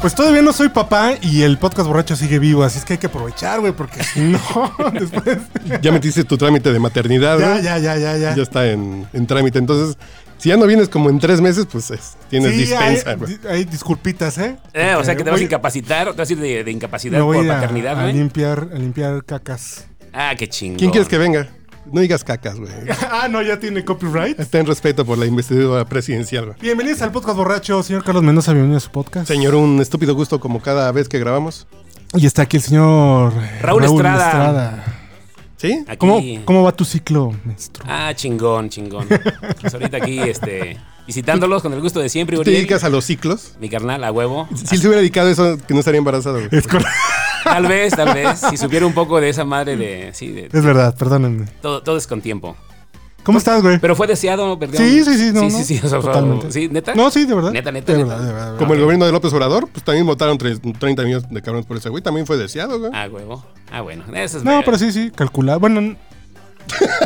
Pues todavía no soy papá y el podcast borracho sigue vivo, así es que hay que aprovechar, güey, porque si no, después. Ya metiste tu trámite de maternidad, Ya, ¿no? ya, ya, ya, ya. Ya está en, en trámite. Entonces, si ya no vienes como en tres meses, pues es- tienes Sí, dispensa, hay, güey. di- hay disculpitas, ¿eh? Ah, o sea que te vas a Voy- incapacitar, te vas a ir de, de incapacidad Me voy por a, paternidad, ¿eh? a güey. limpiar, a limpiar cacas. Ah, qué chingón. ¿Quién quieres que venga? No digas cacas, güey. ah, no, ya tiene copyright. Ten respeto por la investidura presidencial, güey. Bienvenidos al podcast borracho, señor Carlos Mendoza, bienvenido a su podcast. Señor, un estúpido gusto como cada vez que grabamos. Y está aquí el señor eh, Raúl Estrada. ¿Sí? Aquí. ¿Cómo, ¿Cómo va tu ciclo, maestro? Ah, chingón, chingón. Pues ahorita aquí, este, visitándolos con el gusto de siempre, ¿Tú te Uriel. dedicas a los ciclos? Mi carnal, a huevo. Si él se hubiera dedicado a eso, que no estaría embarazado, güey. Es, correcto. Tal vez, tal vez. Si supiera un poco de esa madre de. Sí, de es verdad, perdónenme. todo, todo es con tiempo. ¿Cómo estás, güey? Pero fue deseado, ¿no? Perdón. Sí, sí, sí, no, sí, no, sí, sí, o sea, fue- totalmente. sí, neta. No, sí, de verdad. Neta, neta, De neta. verdad, de verdad. de Como verdad. el gobierno de López Obrador, pues también votaron tres- 30 millones de cabrones por ese güey. También fue deseado, güey. Ah, huevo. Ah, bueno. Eso es No, pero sí, sí, calculado. Bueno, n-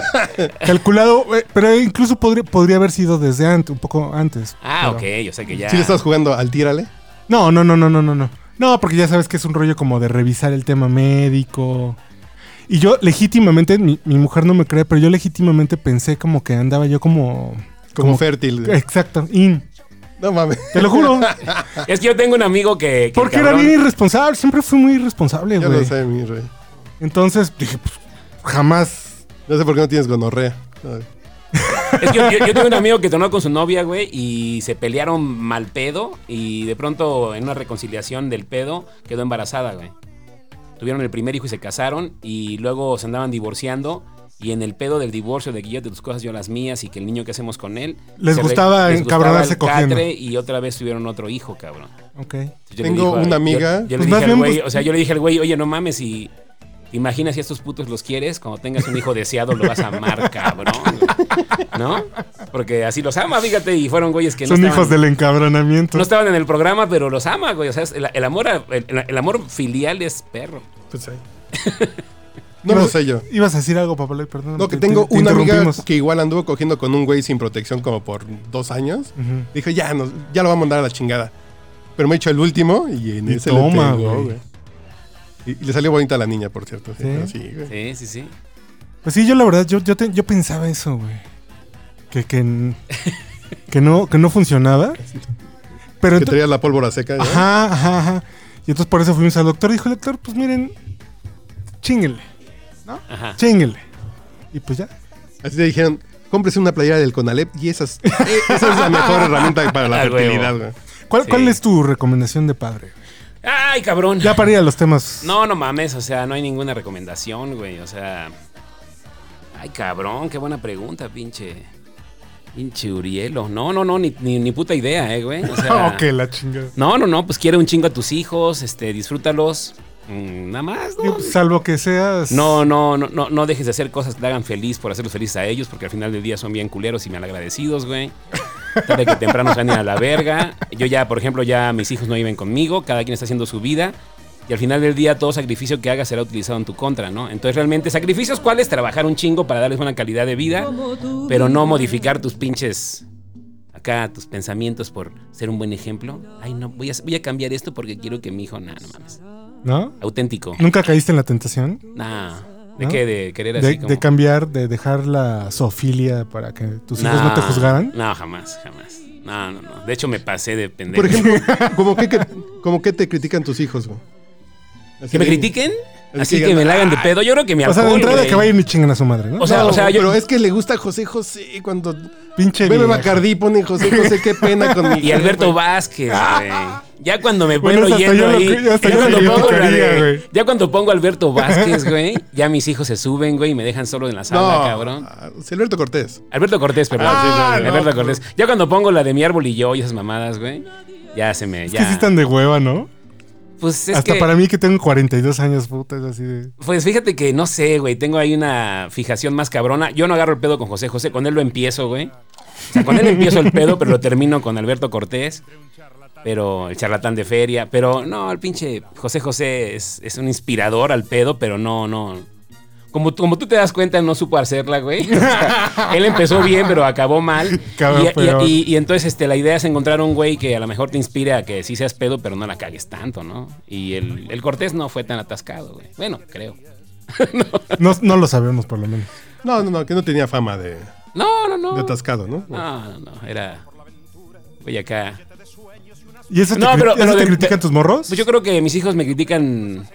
calculado, eh, pero incluso podría, podría haber sido desde antes, un poco antes. Ah, pero- ok, yo sé que ya. Si le estás jugando al tírale. No, no, no, no, no, no, no. No, porque ya sabes que es un rollo como de revisar el tema médico. Y yo legítimamente, mi, mi mujer no me cree, pero yo legítimamente pensé como que andaba yo como... Como fértil. güey. Exacto, in. No mames. Te lo juro. Es que yo tengo un amigo que. que Porque era cabrón- bien irresponsable. Siempre fui muy irresponsable, Ya lo güey. sé, mi rey. Entonces dije, pues, jamás. No sé por qué no tienes gonorrea. Ay. Es que yo, yo- yo tengo un amigo que tornó con su novia, güey, y se pelearon mal pedo. Y de pronto, en una reconciliación del pedo, quedó embarazada, güey. Tuvieron el primer hijo y se casaron. Y luego se andaban divorciando. Y en el pedo del divorcio, de que yo de tus cosas, yo las mías, y que el niño que hacemos con él. Les se gustaba les gustaba encabronarse el catre, cogiendo. Y otra vez tuvieron otro hijo, cabrón. Ok. Entonces yo le Tengo dijo al- una yo- amiga- Yo, Pues más le dije al bien, güey, pues- o sea, yo le dije al güey, oye, no mames, si. ¿Te imaginas si a estos putos los quieres? Cuando tengas un hijo deseado lo vas a amar, cabrón. ¿No? Porque así los ama, fíjate, y fueron güeyes que no Son estaban, hijos del encabronamiento. no estaban en el programa, pero los ama, güey. O sea, es el, el amor, a- el, el amor filial es perro. Pues ahí. No lo sé yo. Ibas a decir algo, papá, perdón. No, que te- tengo te una amiga interrumpimos. que igual anduvo cogiendo con un güey sin protección como por dos años. Ujú. Dijo, ya, nos- ya lo va a mandar a la chingada. Pero me echó el último y en Y ese toma, le pegó, güey. güey. Y, y le salió bonita a la niña, por cierto. Sí, ¿Sí? pero sí, güey. Sí, sí, sí. Pues sí, yo la verdad, yo, yo, te- yo pensaba eso, güey. Que, que, n- que, no, que no funcionaba. Pero Que ento- traía la pólvora seca. ¿no? ajá, ajá, ajá. Y entonces por eso fuimos al doctor. Dijo el doctor, pues miren, chinguele, Ajá. chinguele. Y pues ya. Así le dijeron, cómprese una playera del Conalep y esas, eh, esa es la mejor herramienta para la Ah, huevo. fertilidad, güey. ¿Cuál, Sí. ¿Cuál es tu recomendación de padre? Ay, cabrón. Ya para ir a los temas. No, no mames, o sea, no hay ninguna recomendación, güey. O sea. Ay, cabrón, qué buena pregunta, pinche. Pinche Urielo. No, no, no, ni, ni, ni puta idea, eh, güey. O sea, Ah, ok, la chingada. No, no, no, pues quiere un chingo a tus hijos, este, disfrútalos. mm, nada más, Digo, ¿no? pues, salvo que seas. No, no, no, no, no dejes de hacer cosas que te hagan feliz por hacerlos felices a ellos, porque al final del día son bien culeros y malagradecidos, güey. Tarde que temprano se van a ir a la verga. Yo ya, por ejemplo, ya mis hijos no viven conmigo, cada quien está haciendo su vida. Y al final del día todo sacrificio que hagas será utilizado en tu contra, ¿no? Entonces realmente sacrificios cuáles trabajar un chingo para darles una calidad de vida, pero no modificar tus pinches acá tus pensamientos por ser un buen ejemplo. Ay, no, voy a, voy a cambiar esto porque quiero que mi hijo, nah, no mames. ¿No? Auténtico. ¿Nunca caíste en la tentación? Nah. ¿De ¿No? qué? De querer así De, como... de cambiar, de dejar la zoofilia para que tus hijos no Nah, te juzgaran. No, jamás, jamás. No, no, no. De hecho, me pasé de pendejo. Por ejemplo, ¿cómo que, que- cómo que te critican tus hijos, güey? Así ¿Que me de- critiquen? Así que me la hagan de pedo. Yo creo que mi O sea, de alcohol, entrada güey. que vayan y chinguen a su madre, ¿no? O sea, No, o sea, yo- pero es que le gusta José José cuando Pinche bebe vieja. Bacardí pone José José, qué pena conmigo. Y Alberto Vázquez, güey. Ya cuando me Bueno, bueno, eso hasta yendo yo lo ahí. cri- hasta ya, yo lo cuando pongo la criticaría, de- güey. ya cuando pongo Alberto Vázquez, güey, ya mis hijos se suben, güey, y me dejan solo en la sala, No, cabrón. es Alberto Cortés. Alberto Cortés, perdón. Ah, sí, sí, sí. Alberto no. Cortés. Ya cuando pongo la de mi árbol y yo y esas mamadas, güey, ya se me. Es Ya. que sí están de hueva, ¿no? Pues es Hasta que- para mí que tengo 42 años, puta, es así de... Pues fíjate que no sé, güey. Tengo ahí una fijación más cabrona. Yo no agarro el pedo con José José, con él lo empiezo, güey. O sea, con él empiezo el pedo, pero lo termino con Alberto Cortés. Pero el charlatán de feria. Pero no, el pinche José José es, es un inspirador al pedo, pero no, no. Como, tú- como tú te das cuenta, no supo hacerla, güey. O sea, él empezó bien, pero acabó mal. Acabó Y- y- peor. y, y entonces este, la idea es encontrar un güey que a lo mejor te inspire a que sí seas pedo, pero no la cagues tanto, ¿no? Y el, el Cortés no fue tan atascado, güey. Bueno, creo. No, no lo sabemos, por lo menos. No, no, no, que no tenía fama de, No, no, no. de atascado, ¿no? No, no, no. Era. Güey, acá. ¿Y eso te, No, cri- pero- eso pero te de- critican de- tus morros? Pues yo creo que mis hijos me critican.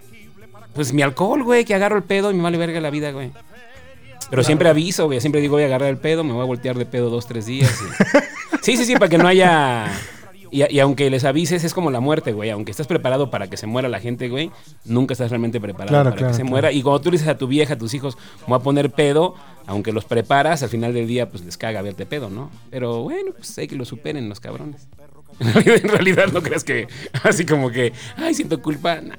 Pues mi alcohol, güey, que agarro el pedo y me vale verga la vida, güey. Pero siempre aviso, güey. Siempre digo, voy a agarrar el pedo, me voy a voltear de pedo dos, tres días. y- Sí, sí, sí, para que no haya. Y, y aunque les avises, es como la muerte, güey. Aunque estás preparado para que se muera la gente, güey, nunca estás realmente preparado Claro, para claro, que se claro. muera. Y cuando tú le dices a tu vieja, a tus hijos, me voy a poner pedo, aunque los preparas, al final del día, pues les caga verte pedo, ¿no? Pero bueno, pues hay que lo superen los cabrones. en realidad no creas que así como que, ay, siento culpa. Nah.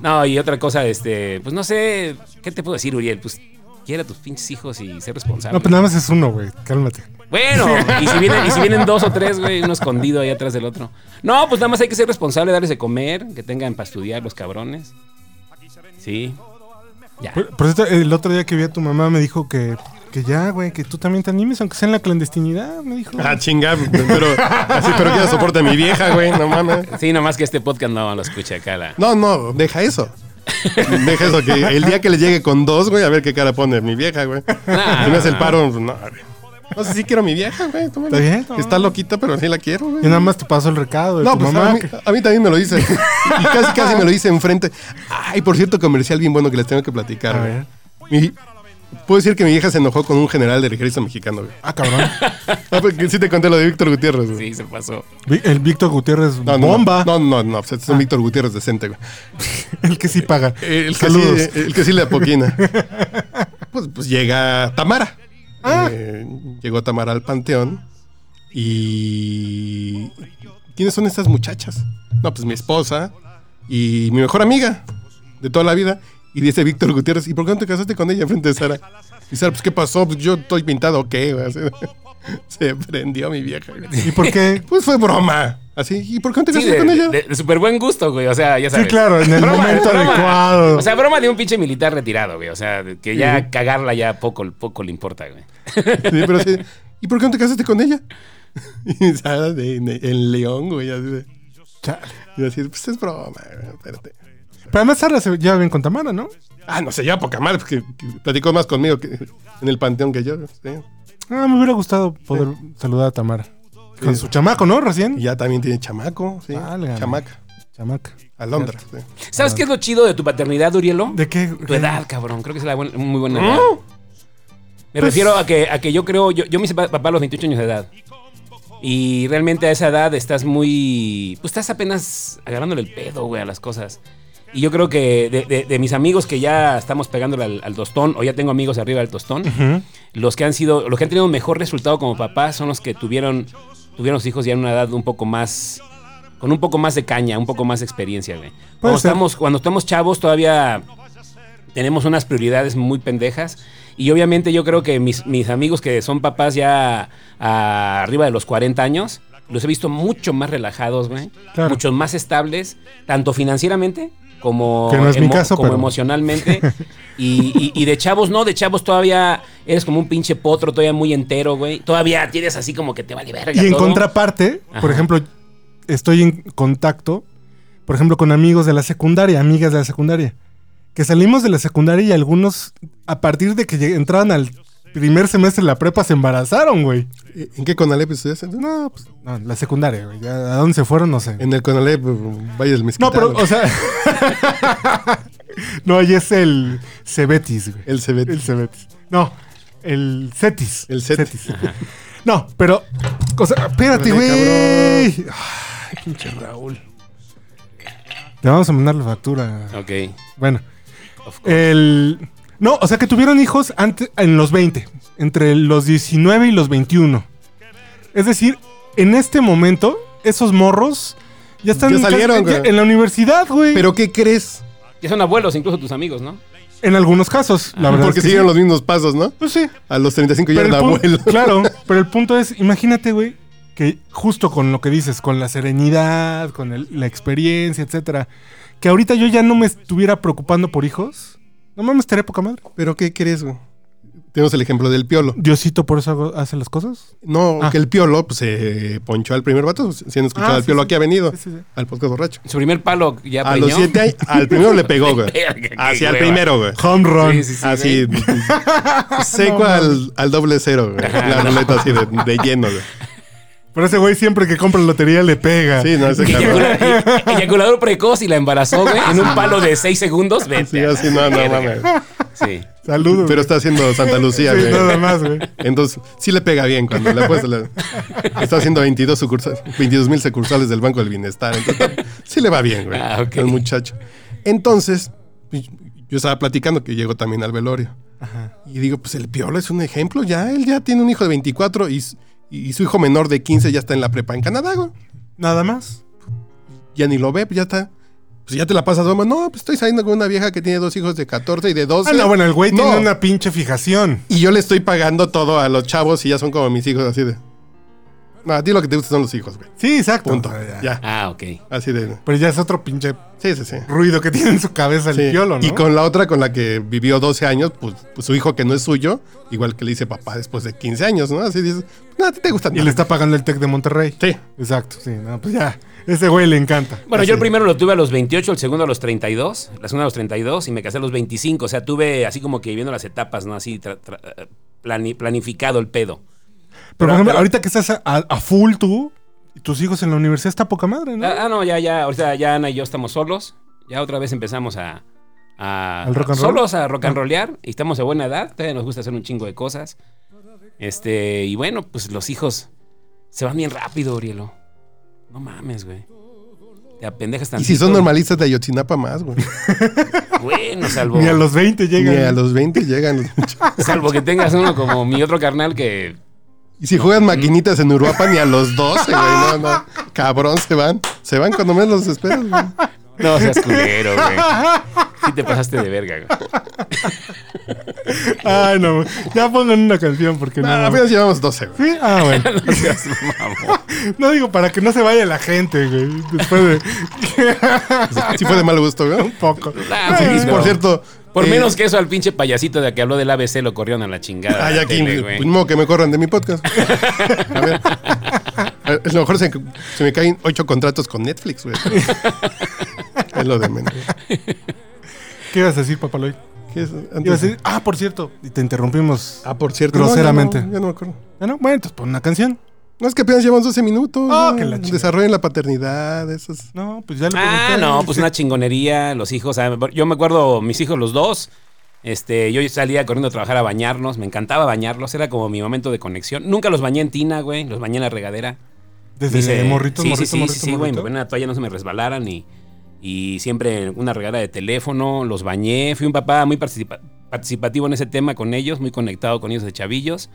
No, y otra cosa, este, pues no sé, ¿qué te puedo decir, Uriel? Pues quiera a tus pinches hijos y sé responsable. No, pues nada más es uno, güey. Cálmate. Bueno, y si, vienen, y si vienen dos o tres, güey, uno escondido ahí atrás del otro. No, pues nada más hay que ser responsable, darles de comer, que tengan para estudiar los cabrones. Sí. Ya. Por, por cierto, el otro día que vi a tu mamá me dijo que, que ya, güey, que tú también te animes, aunque sea en la clandestinidad, me dijo. Ah, chinga, pero así, pero que la soporte a mi vieja, güey, no mames. Sí, nada más que este podcast no lo escucha acá la... No, no, deja eso. Deja eso, que el día que le llegue con dos, güey, a ver qué cara pone mi vieja, güey. Nah, Si me hace el nah. paro, pues, no, güey. No sé si quiero a mi vieja, güey. tú, Está bien, güey. Está loquita, pero sí la quiero, güey. Yo nada más te paso el recado de No, tu pues mamá. a, mí, que- a mí también me lo hice. Y casi, casi me lo hice enfrente. Ay, por cierto, comercial bien bueno que les tengo que platicar. A güey. ver. Mi- puedo decir que mi vieja se enojó con un general del ejército mexicano, güey. Ah, cabrón. Ah, porque sí te conté lo de Víctor Gutiérrez, güey. Sí, se pasó. Vi- El Víctor Gutiérrez No, no, bomba. Ah. No, no, no. no, pues, Es un Víctor Gutiérrez decente, güey. El que sí paga. Eh, El que, Saludos. sí, el que sí le apoquina. pues, pues llega Tamara. Ah. Eh, llegó Tamara al panteón. Y. ¿Quiénes son estas muchachas? No, pues mi esposa y mi mejor amiga de toda la vida. Y dice Víctor Gutiérrez, ¿y por qué no te casaste con ella enfrente de Sara? Y Sara, pues, ¿qué pasó? Pues, yo estoy pintado, ¿o ¿qué? güey? Así, Se prendió mi vieja. güey. ¿Y por qué? Pues fue broma. Así, ¿y por qué no te Sí, casaste de, con ella? de- de súper buen gusto, güey. O sea, ya Sí, sabes. claro, en el momento adecuado. O sea, broma de un pinche militar retirado, güey. O sea, de que ya cagarla ya poco, poco le importa, güey. Sí, pero sí, ¿Y por qué no te casaste con ella? Y Sara de, en, en León, güey, así de. Chale. Y así, pues es broma, güey, espérate. Pero además Sara se lleva bien con Tamara, ¿no? Ah, no sé, ya poca madre, porque que platicó más conmigo que en el panteón que yo. sí. Ah, me hubiera gustado poder saludar a Tamara. Con su chamaco, ¿no? Y Recién. ya también tiene chamaco, sí. Válgame. Chamaca, Chamaca. Alondra. sí. ¿Sabes qué es lo chido de tu paternidad, Urielo? Ah. ¿De qué? Ah, Tu edad, cabrón. Creo que es la buena- muy buena edad. Me Pues- refiero a que, a que yo creo, yo, yo me hice pa- papá a los 28 años de edad. Y realmente a esa edad estás muy. Pues estás apenas agarrándole el pedo, güey, a las cosas. Y yo creo que de, de- de mis amigos que ya estamos pegándole al, al tostón, o ya tengo amigos arriba del tostón, los que han sido, los que han tenido mejor resultado como papás son los que tuvieron, tuvieron sus hijos ya en una edad un poco más, con un poco más de caña, un poco más de experiencia, güey. Cuando ser. estamos, cuando estamos chavos todavía tenemos unas prioridades muy pendejas. Y obviamente yo creo que mis, mis amigos que son papás ya a- arriba de los 40 años, los he visto mucho más relajados, güey. Claro. Mucho más estables, tanto financieramente como, Que no es mi caso, como pero- emocionalmente. y, y- y de chavos, no, de chavos todavía eres como un pinche potro, todavía muy entero, güey. Todavía tienes así como que te vale verga. Y en todo. contraparte, por Ajá. ejemplo, estoy en contacto, por ejemplo, con amigos de la secundaria, amigas de la secundaria, que salimos de la secundaria y algunos, a partir de que lleg- entraban al primer semestre de la prepa, se embarazaron, güey. ¿Eh? ¿En qué Conalep estudiaste? No, pues, no, la secundaria, güey. Ya, ¿A dónde se fueron? No sé. uh, En el Conalep, Valle del No, Mezquitán. pero, o sea, No, y es el Cebetis, güey. El CBT. El Cebetis. No, el Cetis. El Cetis. No, pero. o sea, espérate, Órale, güey. Te vamos a mandar la factura. Ok. Bueno. El. No, o sea que tuvieron hijos antes, en los 20. Entre los 19 y los 21. Es decir, en este momento, esos morros ya están Ya en- salieron, ya- güey. en la universidad, güey. ¿Pero qué crees? Ya son abuelos, incluso tus amigos, ¿no? En algunos casos, la verdad. Porque es que siguieron sí. los mismos pasos, ¿no? Pues sí. A los 35 ya Pero el era pun- abuelo. Claro, pero el punto es, imagínate, güey, que justo con lo que dices, con la serenidad, con el- la experiencia, etcétera, que ahorita yo ya no me estuviera preocupando por hijos. No mames, estaría poca madre. ¿Pero qué crees, güey? Tenemos el ejemplo del piolo. Diosito por eso hago- hace las cosas. No, Ah. que el piolo pues, se ponchó al primer vato. Si han escuchado Ah, al sí, piolo sí. aquí ha venido, Sí, sí, sí. al podcast borracho. Su primer palo ya A los preñó. siete años, al primero le pegó, güey. Verga, qué Hacia el hueva. primero, güey. Home run. Sí, sí, sí, Así, güey. seco No, al, al doble cero, güey. La ruleta así de, de lleno, güey. Pero ese güey siempre que compra lotería le pega. Sí, no, ese Que cabrón. eyacula- e- Eyaculador precoz y la embarazó, güey, en un palo de seis segundos. Vete. Sí, a la así, no, no, verga. mames. Sí. Saludos. Pero está haciendo Santa Lucía, güey. Sí, güey. nada más, güey. Entonces, sí le pega bien cuando le apuesta. le- Está haciendo 22 sucursales, 22 mil sucursales del Banco del Bienestar. Entonces, sí le va bien, güey. Ah, ok. Al muchacho. Entonces, pues, yo estaba platicando que llegó también al velorio. Y digo, pues el Piolo es un ejemplo. Ya, él ya tiene un hijo de 24 y, s- y su hijo menor de 15 ya está en la prepa en Canadá, güey. Nada más. Ya ni lo ve, pues ya está. Pues ya te la pasas, mamá. No, pues estoy saliendo con una vieja que tiene dos hijos de 14 y de 12. Ah, no, bueno, el güey No. tiene una pinche fijación. Y yo le estoy pagando todo a los chavos y ya son como mis hijos, así de. No, a ti lo que te gusta son los hijos, güey. Sí, exacto. Punto. O sea, Ya. Ah, ok. Así de. Pero ya es otro pinche Sí, sí, sí. ruido que tiene en su cabeza el Sí. piolo, ¿no? Y con la otra con la que vivió 12 años, pues, pues, su hijo que no es suyo, igual que le dice papá después de 15 años, ¿no? Así dices, no, a ti te gustan. Y le está pagando el Tec de Monterrey. Sí. Exacto, sí, no, pues ya. Ese güey le encanta. Bueno, yo el primero lo tuve a los 28, el segundo a los 32, la segunda a los 32 y me casé a los 25. O sea, tuve así como que viviendo las etapas, ¿no? Así tra- tra- eh, plani- planificado el pedo. Pero, por ejemplo, pero- ahorita que estás a, a full tú y tus hijos en la universidad está poca madre, ¿no? Ah, ah, no, ya, ya. Ahorita ya Ana y yo estamos solos. Ya otra vez empezamos a. a- ¿Al rock and roll? Ah. solos a rock and rollear. Y estamos de buena edad. Todavía nos gusta hacer un chingo de cosas. Este, y bueno, pues los hijos se van bien rápido, Urielo. No mames, güey. Te apendejas Y tantito. si son normalistas de Ayotzinapa más, güey. Bueno, salvo, Ni a los 20 Ni llegan. a los 20 llegan los muchachos. salvo que tengas uno como mi otro carnal que. Y si juegan maquinitas en Uruapan, ni a los 12, güey. No, no. Cabrón, se van. Se van cuando menos los esperas, güey. No seas culero, güey. Sí te pasaste de verga, güey. Ay, no. Ya pongan una canción porque no. No, apenas pues, llevamos 12, güey. Sí, ah, bueno. No seas mamón. No digo para que no se vaya la gente, güey. Después de Sí fue de mal gusto, güey. poco. Ah, sí, Por no. cierto. Por eh, menos que eso al pinche payasito de que habló del ABC lo corrieron a la chingada. Ay, de la ah, aquí, tele, güey. pues, ni modo que me corran de mi podcast. A ver. A ver, a lo mejor se, se me caen ocho contratos con Netflix, güey. Es lo de menos. ¿Qué ibas a decir, Papaloy? ¿Qué es? Antes- Ibas a decir, ah, por cierto. Y te interrumpimos. ah, por cierto. Groseramente. No, ya no, ya no me acuerdo. Ah, no, bueno, entonces pon una canción. No, es que apenas llevamos 12 minutos. Ah, ¿no? que la chingada. Desarrollen la paternidad, esas. No, pues ya lo Ah, pregunté. no, pues una chingonería, los hijos. ah, Yo me acuerdo, mis hijos, los dos. Este, yo salía corriendo a trabajar a bañarlos, me encantaba bañarlos, era como mi momento de conexión. Nunca los bañé en tina, güey, los bañé en la regadera. Desde Dice, morrito, sí, morrito, sí, sí, morrito, sí, sí, güey, me morrito. ponían la toalla, no se me resbalaran y, y siempre una regadera de teléfono, los bañé. Fui un papá muy participa- participativo en ese tema con ellos, muy conectado con ellos de chavillos.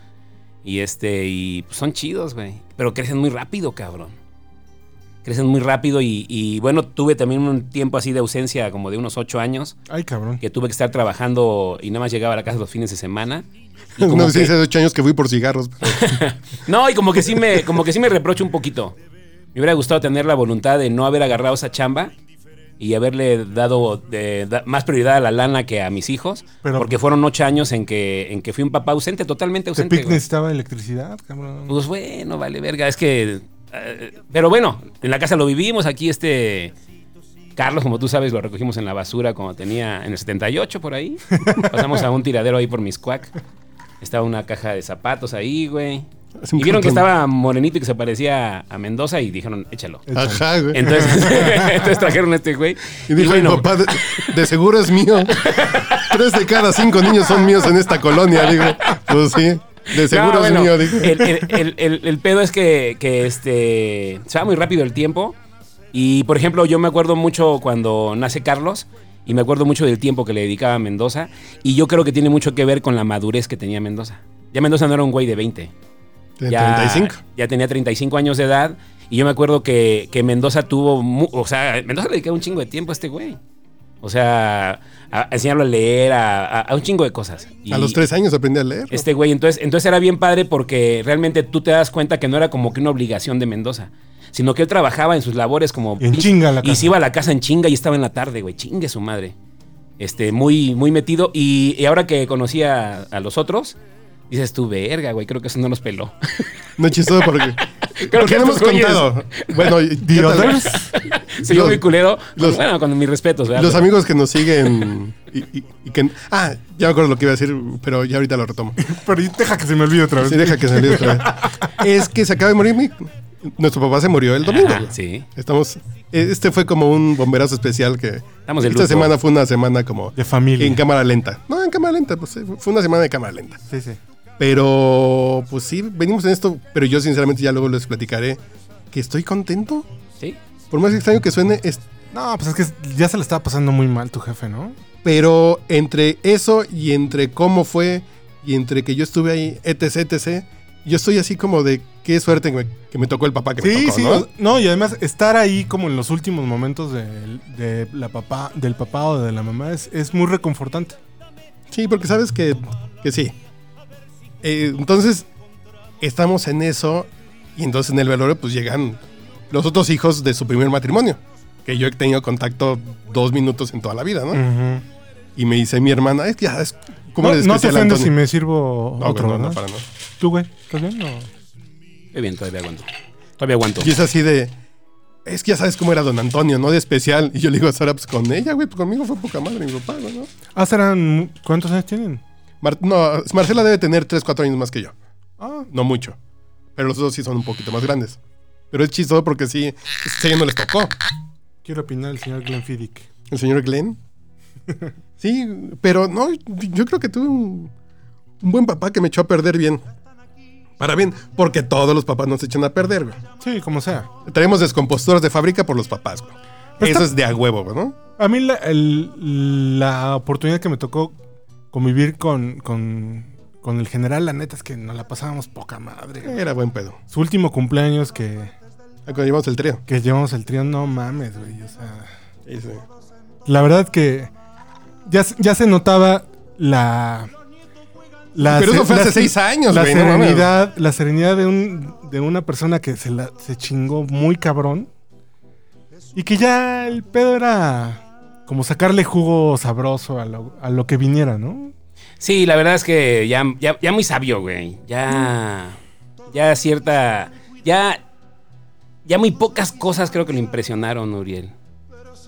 Y este, y pues, son chidos, güey. Pero crecen muy rápido, cabrón. Crecen muy rápido y, y, bueno, tuve también un tiempo así de ausencia, como de unos ocho años, Ay, cabrón. que tuve que estar trabajando y nada más llegaba a la casa los fines de semana. Y como No, sí, que- hace 8 años que fui por cigarros. no, y como que sí me, como que sí me reprocho un poquito. Me hubiera gustado tener la voluntad de no haber agarrado esa chamba y haberle dado de- da- más prioridad a la lana que a mis hijos. Pero- porque fueron ocho años en que, en que fui un papá ausente, totalmente Este ausente. pic güey. necesitaba electricidad, cabrón. Pues bueno, vale verga, es que... eh, pero bueno, en la casa lo vivimos, aquí este... Carlos, como tú sabes, lo recogimos en la basura cuando tenía en el 78 por ahí. Pasamos a un tiradero ahí por Miscuac. Estaba una caja de zapatos ahí, güey. Hace un Y vieron que montón. estaba morenito y que se parecía a Mendoza y dijeron, échalo. Ajá, güey. Entonces, entonces trajeron a este güey. y dijo, bueno, "Ay, papá, de, de seguro es mío. Tres de cada cinco niños son míos en esta colonia, digo. Pues sí, de seguro No, bueno, es mío, digo. El, el- el- el- el pedo es que, que, este, se va muy rápido el tiempo. Y por ejemplo, yo me acuerdo mucho cuando nace Carlos. Y me acuerdo mucho del tiempo que le dedicaba a Mendoza. Y yo creo que tiene mucho que ver con la madurez que tenía Mendoza. Ya Mendoza no era un güey de 20. De ya, 35. Ya tenía 35 años de edad. Y yo me acuerdo que, que Mendoza tuvo. mu- o sea, Mendoza le dedicaba un chingo de tiempo a este güey. O sea, a, a enseñarlo a leer, a, a- a un chingo de cosas. Y A los tres años aprendí a leer. Este güey, entonces, entonces era bien padre porque realmente tú te das cuenta que no era como que una obligación de Mendoza, sino que él trabajaba en sus labores como. En chinga a la Y casa. se iba a la casa en chinga y estaba en la tarde, güey. Chingue su madre. Este, muy, muy metido. Y, y ahora que conocí a, a los otros, dices tú, verga, güey, creo que eso no nos peló. No es chistoso porque. porque que no hemos estos güeyes- contado. Bueno, y- The yo tal- Others. Se yo Los- muy culero. los- bueno, con mis respetos, ¿verdad? los amigos que nos siguen. Y, y- y que, ah, ya me acuerdo lo que iba a decir, pero ya ahorita lo retomo. Pero deja que se me olvide otra vez. Sí, deja que salió otra vez. Es que se acaba de morir mi. Nuestro papá se murió el domingo. Ajá, güey. Ah, sí. Estamos. Este fue como un bomberazo especial que. Estamos de esta luto. semana fue una semana como. De familia. En cámara lenta. No, en cámara lenta, pues sí, fue una semana de cámara lenta. Sí, sí. Pero, pues sí, venimos en esto, pero yo sinceramente ya luego les platicaré que estoy contento. Sí. Por más extraño que suene, es, No, pues es que ya se le estaba pasando muy mal tu jefe, ¿no? pero entre eso y entre cómo fue y entre que yo estuve ahí, etc, etc, yo estoy así como de qué suerte que me, que me tocó el papá que me Sí, tocó, sí. ¿no? o- No, y además estar ahí como en los últimos momentos del- de, la papá, del papá o de la mamá es, es muy reconfortante. Sí, porque sabes que, que sí. Eh, entonces, estamos en eso y entonces en el velorio pues llegan los otros hijos de su primer matrimonio, que yo he tenido contacto dos minutos en toda la vida, ¿no? Ujú. Y me dice mi hermana, es que ya es como Mm. No, el no te especial ofendes si Antonio. me sirvo No, otro, güey, no, no, ¿verdad? para nada. ¿Tú, güey? ¿Estás bien? o? Muy bien, todavía aguanto. Todavía aguanto. Y es así de, es que ya sabes cómo era don Antonio, ¿no? De especial. Y yo le digo a Sara, pues con ella, güey, pues conmigo fue poca madre mi papá, güey, ¿no? Ah, serán. ¿Cuántos años tienen? Mar- no, Marcela debe tener 3, 4 años más que yo. Ah, No mucho. Pero los dos sí son un poquito más grandes. Pero es chistoso porque sí, sí no les tocó. quiero opinar el señor Glenfiddich. El señor Glenn. Sí, pero no, yo creo que tuve un, un buen papá que me echó a perder bien. Para bien, porque todos los papás nos echan a perder, güey. Sí, como sea. Traemos descomposturas de fábrica por los papás, güey. Pero Eso Pues está- es de a huevo, güey, ¿no? A mí la, el- la oportunidad que me tocó convivir con, con, con el general, la neta es que nos la pasábamos poca madre. Era buen pedo. Su último cumpleaños que, Ah, Cuando llevamos el trío. que llevamos el trío, no mames, güey. O sea, Sí, sí. la verdad que ya, se- ya se notaba la... la Pero eso fue la- hace seis años, la güey, no mames. serenidad, la serenidad de, un, de una persona que se, la, se chingó muy cabrón. Y que ya el pedo era como sacarle jugo sabroso a lo, a lo que viniera, ¿no? Sí, la verdad es que ya, ya, ya muy sabio, güey. Ya. Ya cierta. Ya. Ya muy pocas cosas creo que le impresionaron, Uriel.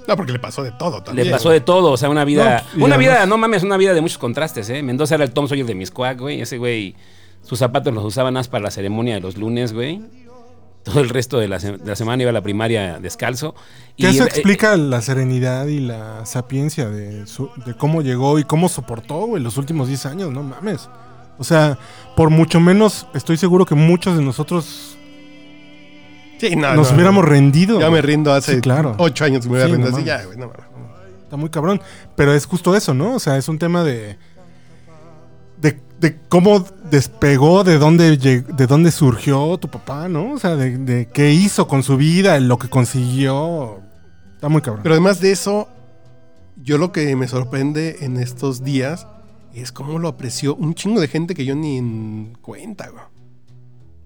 No, porque le pasó de todo también. Le pasó de todo, o sea, una vida. No, y una vida, además- no mames, una vida de muchos contrastes, ¿eh? Mendoza era el Tom Sawyer de Miscuac, güey. Ese güey, sus zapatos los usaban más para la ceremonia de los lunes, güey. Todo el resto de la, se- de la semana iba a la primaria descalzo. Que eso eh, explica la serenidad y la sapiencia de, su- de cómo llegó y cómo soportó, güey, los últimos 10 años, no mames. O sea, por mucho menos, estoy seguro que muchos de nosotros Sí, no, nos Ah, no. hubiéramos rendido. Ya güey. me rindo hace Sí, claro. ocho años que me voy a Sí, rendir no así. mames. Ya, güey, no mames. Está muy cabrón. Pero es justo eso, ¿no? O sea, es un tema de. de, de cómo despegó, de dónde, lleg- de dónde surgió tu papá, ¿no? O sea, de, de qué hizo con su vida, lo que consiguió. Está muy cabrón. Pero además de eso, yo lo que me sorprende en estos días es cómo lo apreció un chingo de gente que yo ni en cuenta, güey.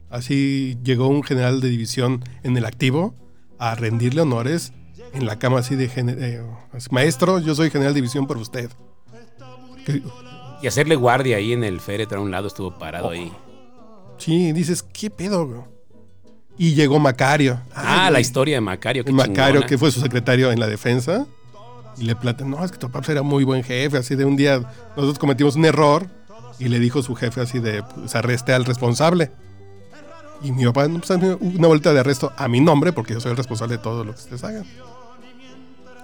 Así llegó un general de división en el activo a rendirle honores en la cama así de gene- eh, así, maestro, yo soy general de división por usted. Que- Y hacerle guardia ahí en el féretro a un lado estuvo parado ahí. Oh, sí, dices, ¿qué pedo, güey? Y llegó Macario. Ah, Ay, la güey. historia de Macario. Qué Macario, chingona. que fue su secretario en la defensa, y le plata, no, es que tu papá era muy buen jefe, así de un día nosotros cometimos un error y le dijo su jefe así de, pues arreste al responsable. Y mi papá, no, pues, dame una boleta de arresto a mi nombre, porque yo soy el responsable de todo lo que ustedes hagan.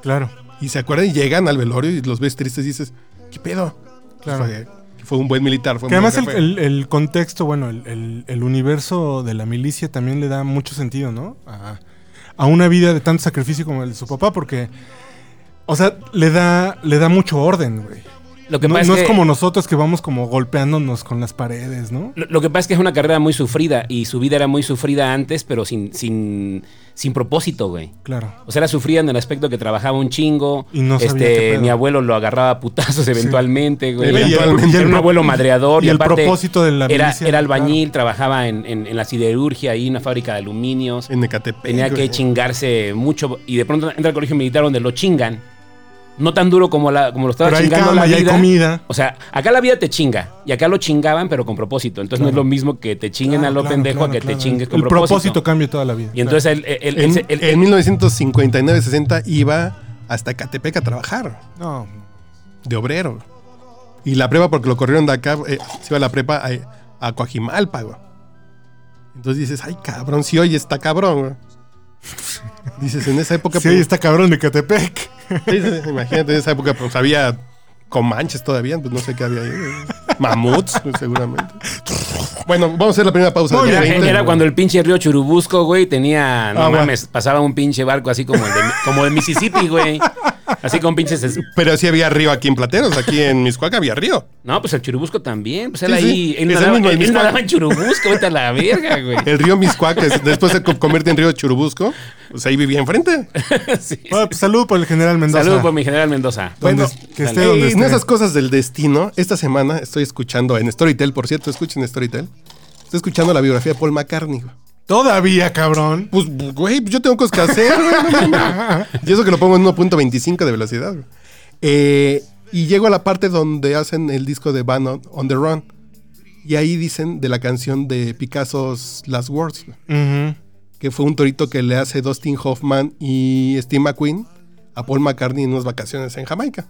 Claro. Y se acuerdan y llegan al velorio y los ves tristes y dices, ¿qué pedo? Claro. Fue, fue un buen militar. Fue un Que buen además el, jefe. el- el contexto, bueno, el, el- el universo de la milicia también le da mucho sentido, ¿no? A, a una vida de tanto sacrificio como el de su papá, porque, o sea, le da, le da mucho orden, güey. Lo que No, pasa no es es que- como nosotros que vamos como golpeándonos con las paredes, ¿no? Lo, lo que pasa es que es una carrera muy sufrida y su vida era muy sufrida antes, pero sin, sin, sin propósito, güey. Claro. O sea, la sufría en el aspecto que trabajaba un chingo. Y no sabía qué este, pedo. mi abuelo lo agarraba a putazos eventualmente, Y güey. el- Eventualmente. y el- Era un abuelo madreador. y el aparte propósito de la era, milicia, era albañil, trabajaba en, en- en la siderurgia ahí, en una fábrica de aluminios. En Ecatepec. Tenía que güey. chingarse mucho. Y de pronto entra al colegio militar donde lo chingan. No tan duro como, la, como lo estaba Pero hay chingando cama la y hay vida. comida. O sea, acá la vida te chinga y acá lo chingaban, pero con propósito. Entonces no es lo mismo que te chinguen Claro, a lo Ah, claro, pendejo claro, a que claro. te chingues con El propósito. propósito cambia toda la vida. Y entonces él, él- él- En, él- él- en 1959-60 iba hasta Ecatepec a trabajar, No, de obrero. Y la prepa, porque lo corrieron de acá, eh, se iba a la prepa a, a Coajimalpa, güey. Entonces dices, ay, cabrón, si hoy está cabrón, güey. Dices, en esa época... Sí, ahí pues, está cabrón de Catepec. Sí, sí, sí, imagínate, en esa época pues había comanches todavía, pues no sé qué había ahí. güey. Mamuts, pues, seguramente. Bueno, vamos a hacer la primera pausa. Muy de era, bien. 20. era cuando el pinche río Churubusco, güey, tenía. No Ah, bueno. mames, pasaba un pinche barco así como el de, como el Mississippi, güey. Así con pinches. es- Pero sí había río aquí en Plateros, aquí en Miscuaca había río. No, pues el Churubusco también. Pues él Sí, ahí. sí, Él, es el nadaba, mismo, el él mismo. nadaba en Churubusco, vete a la verga, güey. El río Miscuaca, es- después se co- convierte en río Churubusco, pues ahí vivía enfrente. Sí, sí. Bueno, pues, salud por el general Mendoza. Saludos por mi general Mendoza. Donde- Bueno, que esté Eh, donde en esté. esas cosas del destino, esta semana estoy escuchando en Storytel, por cierto, escuchen Storytel. Estoy escuchando la biografía de Paul McCartney. güey. Todavía, cabrón. Pues, güey, yo tengo cosas que hacer, güey, no mames. y eso que lo pongo en 1.25 de velocidad. güey. Eh, y llego a la parte donde hacen el disco de Van on, on the Run. Y ahí dicen de la canción de Picasso's Last Words, güey, Ujú. que fue un torito que le hace Dustin Hoffman y Steve McQueen a Paul McCartney en unas vacaciones en Jamaica.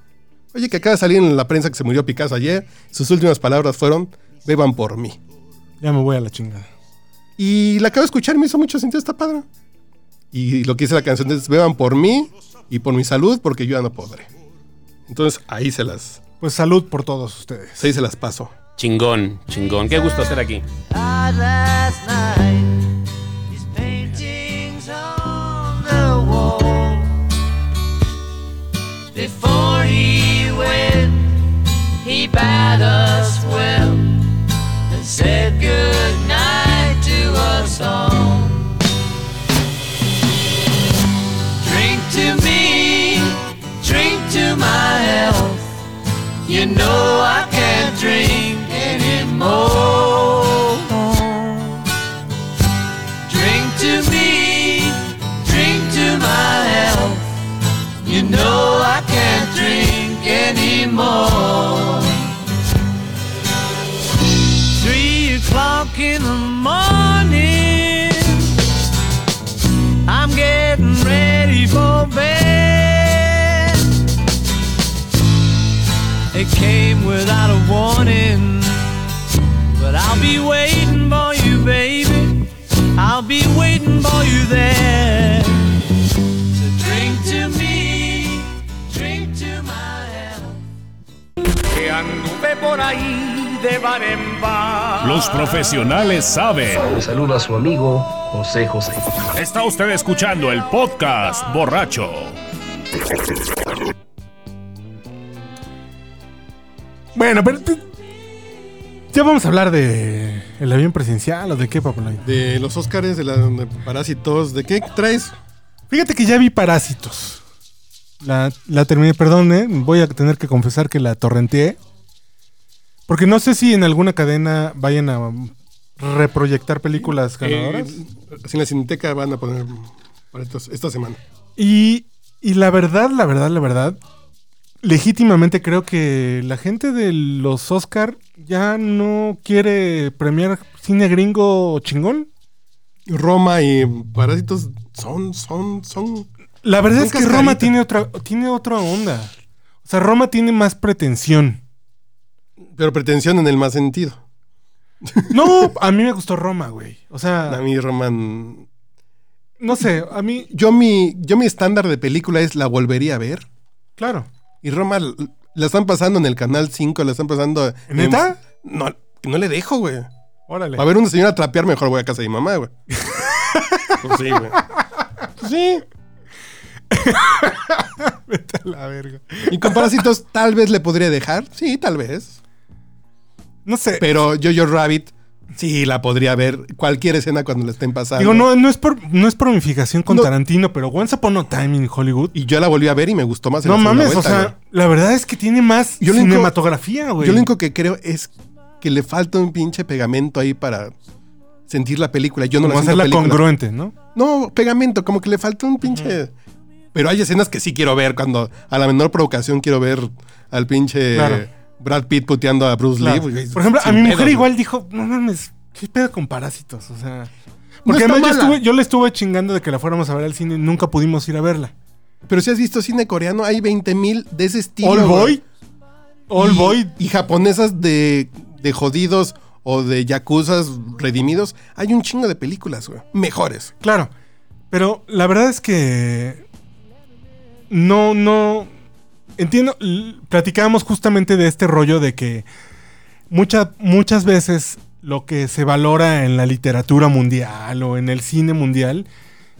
Oye, que acaba de salir en la prensa que se murió Picasso ayer. Sus últimas palabras fueron: beban por mí. Ya me voy a la chingada. Y la acabo de escuchar y me hizo mucho sentido, está padre. Y lo que dice la canción es, beban por mí y por mi salud, porque yo ya no podré. Entonces ahí se las, Pues salud por todos ustedes. ahí se las paso. Chingón, chingón. Qué gusto estar aquí. died last night. His paintings on the wall. Before he went, he bade us well and said good night to us all. Drink to me, drink to my health. You know I can't drink anymore. Drink to me, drink to my health. You know I can't drink anymore. Three o'clock in the morning. I'm getting ready for bed. It came without a warning. But I'll be waiting for you, baby. I'll be waiting for you there. So drink to me, drink to my health. que anduve por ahí de bar en bar. Los profesionales saben. Un saludo a su amigo José José. Está usted escuchando el podcast borracho. Bueno, pero. pero- Ya vamos a hablar de. ¿El avión presidencial o de qué, Papalay? De los Óscares, de, la, de Parásitos, ¿de qué traes? Fíjate que ya vi Parásitos. La, la terminé, perdón, ¿eh? voy a tener que confesar que la torrenteé. Porque no sé si en alguna cadena vayan a um, reproyectar películas ganadoras. Así en Eh, la Cineteca van a poner para estos- esta semana. Y, y la verdad, la verdad, la verdad, legítimamente creo que la gente de los Oscar ya no quiere premiar cine gringo chingón. Roma y Parásitos son, son, son... La verdad Son es que Roma cascarita. tiene otra, tiene otra onda. O sea, Roma tiene más pretensión. Pero pretensión en el más sentido. No, a mí me gustó Roma, güey. O A sea, mí, Roman. no sé, a mí, Yo mi, yo mi estándar de película es la volvería a ver. claro. Y Roma l- la están pasando en el canal 5, la están pasando. ¿Neta? No, no le dejo, güey. Órale. A ver una señora trapear, mejor voy a casa de mi mamá, güey. Pues sí, güey. Sí. Vete a la verga. Y con Parásitos tal vez le podría dejar. Sí, tal vez. No sé. Pero Jojo Rabbit sí la podría ver cualquier escena cuando la estén pasando. Digo, no, no es por, no es por mi fijación con No. Tarantino, pero Once Upon a Time in Hollywood. Y yo la volví a ver y me gustó más. en No la segunda mames, o vuelta, sea, la verdad es que tiene más Yo lo único- cinematografía, güey. güey. Yo lo único que creo es que le falta un pinche pegamento ahí para sentir la película. Yo no Como la siento hacerla película. congruente, ¿no? No, pegamento, como que le falta un pinche. Pero hay escenas que sí quiero ver cuando a la menor provocación quiero ver al pinche Claro. Brad Pitt puteando a Bruce Claro. Lee. güey. Por ejemplo, a Sin mi pedos, mujer güey. igual dijo, no mames, ¿qué pedo con parásitos? O sea. No Porque está además yo, mala. estuve, yo le estuve chingando de que la fuéramos a ver al cine y nunca pudimos ir a verla. Pero si has visto cine coreano, hay 20 mil de ese estilo. All güey. Boy. All y, Boy. Y japonesas de, de jodidos o de yakuzas redimidos. Hay un chingo de películas, güey. Mejores. Claro. Pero la verdad es que. No, no. Entiendo. l- Platicábamos justamente de este rollo de que muchas muchas veces lo que se valora en la literatura mundial o en el cine mundial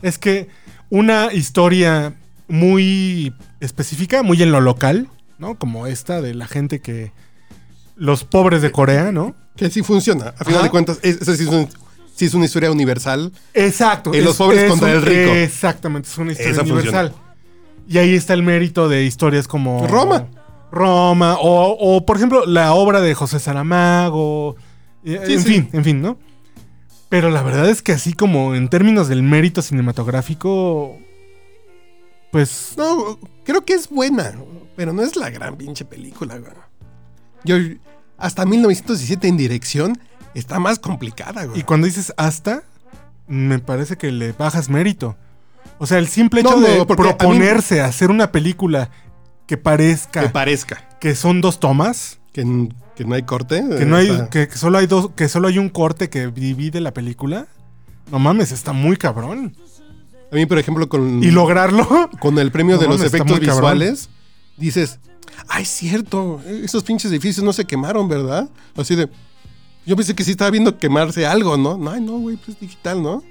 es que una historia muy específica, muy en lo local, ¿no? Como esta de la gente que. Los pobres de Corea, ¿no? Que sí funciona. A final Ajá. de cuentas, es- eso sí es, un- sí es una historia universal. Exacto. En los pobres contra el rico. Exactamente, es una historia Esa universal. Y ahí está el mérito de historias como... Roma. Roma, o, o, por ejemplo la obra de José Saramago. eh, Sí, en sí. fin, en fin, ¿no? Pero la verdad es que así como en términos del mérito cinematográfico, pues... No, creo que es buena, pero no es la gran pinche película, güey. Yo, hasta 1917 en dirección, está más complicada, güey. Y cuando dices hasta, me parece que le bajas mérito. O sea, el simple No, hecho no, de porque a mí- proponerse a hacer una película que parezca Que parezca. que son dos tomas, Que, n- que no hay corte. que no hay, está- que, que solo hay dos, que solo hay un corte que divide la película. No mames, está muy cabrón. A mí, por ejemplo, con... Y lograrlo. con el premio No de los mames, está efectos muy cabrón. visuales, dices, ay, es cierto, esos pinches edificios no se quemaron, ¿verdad? Así de, yo pensé que sí estaba viendo quemarse algo, ¿no? No, ay, no, güey, pues es digital, ¿no?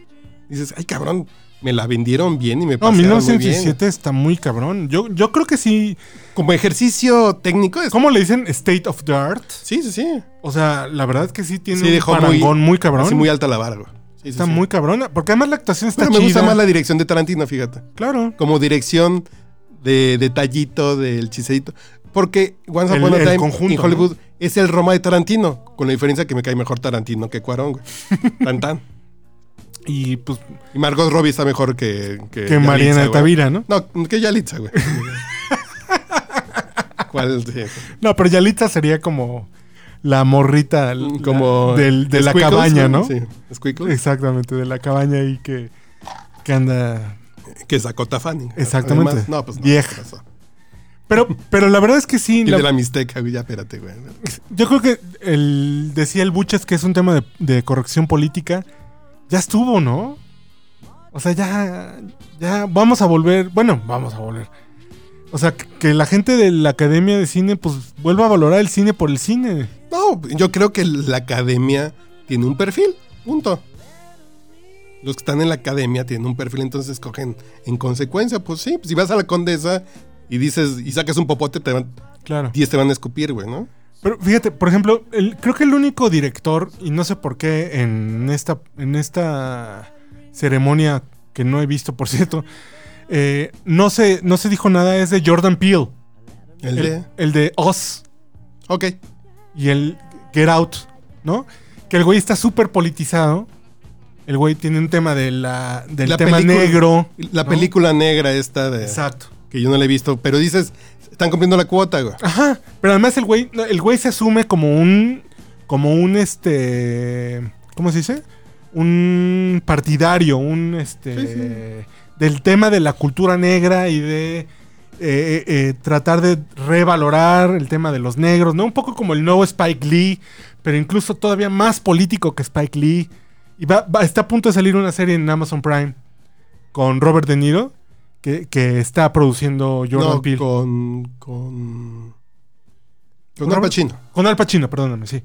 Dices, ay, cabrón, me la vendieron bien y me No, pasaron muy 1917 está muy cabrón. Yo, yo creo que sí. bien. Como ejercicio técnico, es... ¿Cómo le dicen? State of the Art. Sí, sí, sí. O sea, la verdad es que sí tiene Sí, un dejó parangón muy, cabrón. Así muy alta la barra, güey. Sí, sí, está sí. muy cabrona. Porque además la actuación está Pero me gusta chida. más la dirección de Tarantino, fíjate. Claro. Como dirección de detallito, del chiseito. Porque Once El- Upon a el Time conjunto, en Hollywood es el Roma de Tarantino. Con la diferencia que me cae mejor Tarantino que Cuarón, güey. tan tan. Y pues Y Margot Robbie está mejor que. que Que, Eh, Yalitza, Mariana de güey. Tavira, ¿no? No, que Yalitza, güey. ¿Cuál? Sí. No, pero Yalitza sería como la morrita l- Mm, Como. la- del- de la Squiggles, cabaña, ¿no? Sí, Squiggles, Exactamente, de la cabaña ahí que, que anda Que es Dakota Fanning. Exactamente. Además, no, pues no. Vieja. ¿qué pasó? Pero, pero la verdad es que sí. Y la- de la Mixteca, güey, ya espérate, güey. Yo creo que el, decía el Buches que es un tema de, de corrección política. Ya estuvo, ¿no? O sea, ya, ya vamos a volver. Bueno, vamos a volver. O sea, que- que la gente de la Academia de Cine pues vuelva a valorar el cine por el cine. No, yo creo que la academia tiene un perfil, punto. Los que están en la academia tienen un perfil, entonces cogen en consecuencia, pues sí, si vas a la condesa y dices y sacas un popote, te van, Claro. 10 te van a escupir, güey, ¿no? Pero fíjate, por ejemplo, el- creo que el único director, y no sé por qué en esta, en esta ceremonia que no he visto, por cierto, eh, no, se, no se dijo nada, es de Jordan Peele. El, de. el de Oz Ok. y el Get Out, ¿no? Que el güey está súper politizado. El güey tiene un tema de la, del La tema película- negro. La ¿no? película negra esta de. Exacto. Que yo no la he visto, pero dices, están cumpliendo la cuota, güey. Ajá. Pero además el güey, no, el güey se asume como un. como un este. ¿Cómo se dice? Un partidario, un este. del tema de la cultura negra y de. eh, eh, tratar de revalorar el tema de los negros, ¿no? Un poco como el nuevo Spike Lee, pero incluso todavía más político que Spike Lee. Y va, va- está a punto de salir una serie en Amazon Prime con Robert De Niro, que, que está produciendo Jordan no, Peele. Con, con. Con. Con Al Robert- Pacino. Al Pacino, perdóname, sí.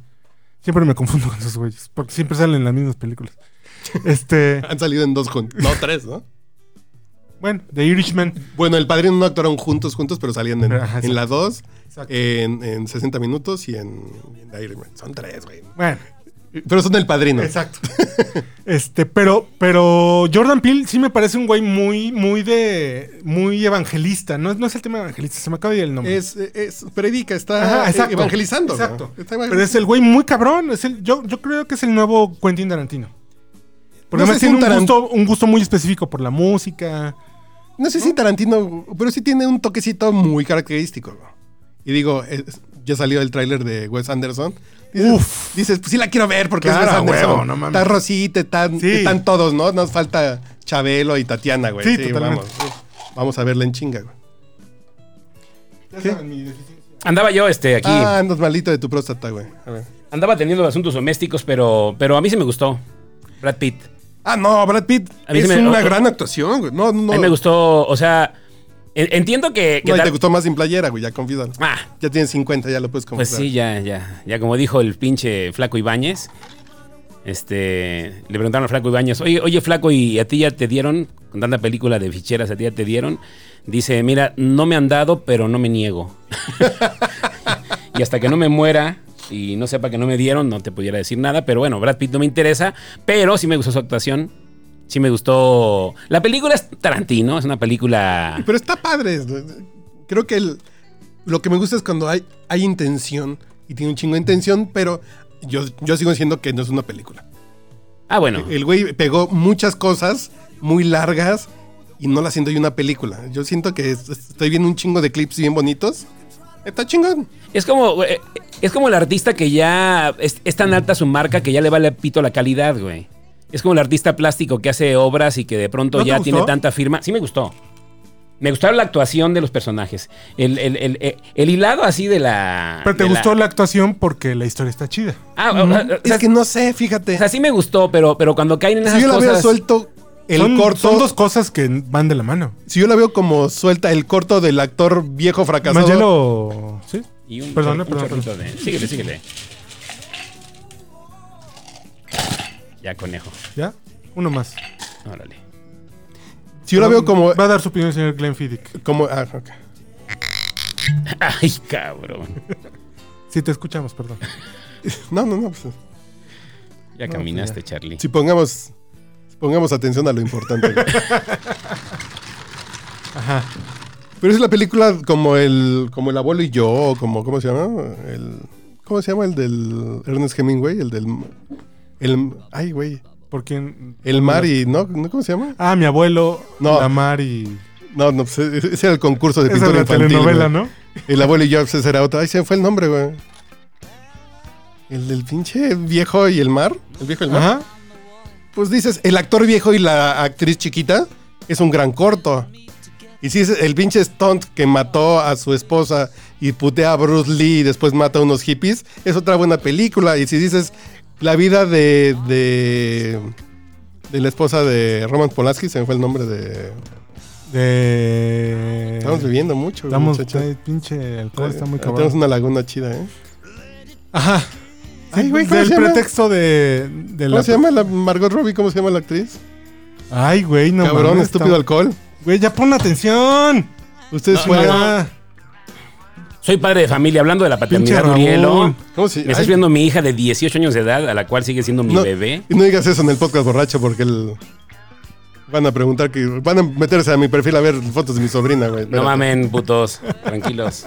Siempre me confundo con esos güeyes, porque siempre salen en las mismas películas. Este, Han salido en dos juntos. No, tres, ¿no? bueno, The Irishman. Bueno, El Padrino no actuaron juntos, juntos, pero salían en, Ajá, en exacto. la dos, Exacto. en, en 60 minutos y en, y en The Irishman. Son tres, güey. Bueno, Pero son El Padrino. exacto. Este, pero, pero Jordan Peele sí me parece un güey muy, muy de, muy evangelista. No, es- no es el tema evangelista, se me acaba de ir el nombre. Es, es, predica, está Ajá, exacto. evangelizando. ¿no? Exacto. Está Pero es el güey muy cabrón. Es el, yo, yo creo que es el nuevo Quentin Tarantino. Porque No sé además si tiene un un, Taran- gusto, un gusto muy específico por la música. No sé si Tarantino, pero sí tiene un toquecito muy característico. ¿no? Y digo, es- ya salió el tráiler de Wes Anderson. Dices, Uf. dices, pues sí la quiero ver porque es Claro, Wes a Anderson. huevo, no mames. Está Rosita, están, Sí. están todos, ¿no? Nos falta Chabelo y Tatiana, güey. Sí, totalmente. Vamos, vamos a verla en chinga, güey. Andaba yo este aquí. Ah, andas malito de tu próstata, güey. A ver. Andaba teniendo los asuntos domésticos, pero, pero a mí sí me gustó. Brad Pitt. Ah, no, Brad Pitt. A mí es sí me- una o- gran actuación, güey. No, no, no. A mí me gustó, o sea, en- entiendo que... que No, y tal- te gustó más sin playera, güey, ya confídalo. Ah, Ya tienes 50, ya lo puedes confesar. pues sí, ya, ya. Ya como dijo el pinche Flaco Ibáñez, este, le preguntaron a Flaco Ibáñez, oye, oye Flaco, ¿y a ti ya te dieron? Con tanta película de ficheras, ¿a ti ya te dieron? Dice, mira, no me han dado, pero no me niego. y hasta que no me muera y no sepa que no me dieron, no te pudiera decir nada. Pero bueno, Brad Pitt no me interesa, pero sí me gustó su actuación. Sí me gustó... La película es Tarantino, es una película... Pero está padre. Creo que el- lo que me gusta es cuando hay, hay intención y tiene un chingo de intención, pero yo, yo sigo diciendo que no es una película. Ah, bueno. El güey pegó muchas cosas muy largas y no la siento yo una película. Yo siento que es- estoy viendo un chingo de clips bien bonitos. Está chingón. Es como, güey, eh, es como el artista que ya es, es tan alta su marca que ya le vale pito la calidad, güey. Es como el artista plástico que hace obras y que de pronto ¿No te ya tiene gustó? tanta firma. Sí me gustó. Me gustó la actuación de los personajes. El, el- el- el- el hilado así de la... Pero te de la- gustó la... actuación porque la historia está chida. Ah, o- o- o sea, Es que no sé, fíjate. o sea, sí me gustó, pero, pero cuando caen en esas Si yo la hubiera cosas... suelto el son, corto. son dos cosas que van de la mano. Si yo la veo como suelta el corto del actor viejo fracasado. Mayelo. Sí. Y un Perdona, chor- un perdona, chorrito de- Síguele, síguele. Ya, conejo. ¿Ya? Uno más. Mm, Órale. Si yo la veo como. Va a dar su opinión el señor Glenn Fiddick. como ah, ok. Ay, cabrón. Sí, te escuchamos, perdón. No, no, no. pues, Ya caminaste, Charlie. si pongamos. Pongamos atención a lo importante. güey. Pero es la película como el. como el abuelo y yo, o como. ¿Cómo se llama? El. ¿Cómo se llama el del Ernest Hemingway? El del. El. Ay, güey. ¿Por quién? El mar y. ¿No? ¿No? ¿Cómo se llama? Ah, mi abuelo, Eh, No. la mar y. No, no, pues, ese era el concurso de Esa es pintura la infantil. telenovela, güey. ¿no? El abuelo y yo, ese era otro. Ay, se me fue el nombre, güey. El del pinche viejo y el mar. El viejo y el mar. Ajá. Pues dices, el actor viejo y la actriz chiquita es un gran corto. Y si es el pinche stunt que mató a su esposa y putea a Bruce Lee y después mata a unos hippies, es otra buena película. Y si dices, la vida de. de, de la esposa de Roman Polanski, se me fue el nombre de. De. Estamos viviendo mucho, Eh, Estamos, muchachos. ay, pinche alcohol está muy Ah, cabrón. Tenemos una laguna chida, ¿eh? Ajá. Ay, güey, ¿cómo del se llama? pretexto de, de ¿Cómo la. se llama la Margot Robbie? ¿Cómo se llama la actriz? Ay, güey, no Cabrón, mames, estúpido está- alcohol. Güey, ya pon atención. Ah, Ustedes fueron. Ya. Soy padre de familia, hablando de la Pinche paternidad, Raúl. Urielo. ¿Cómo se- Me estás ay. viendo mi hija de 18 años de edad, a la cual sigue siendo mi no, bebé. y no digas eso en el podcast borracho porque el- van a preguntar que van a meterse a mi perfil a ver fotos de mi sobrina, güey. No Espérate. mamen, putos. Tranquilos.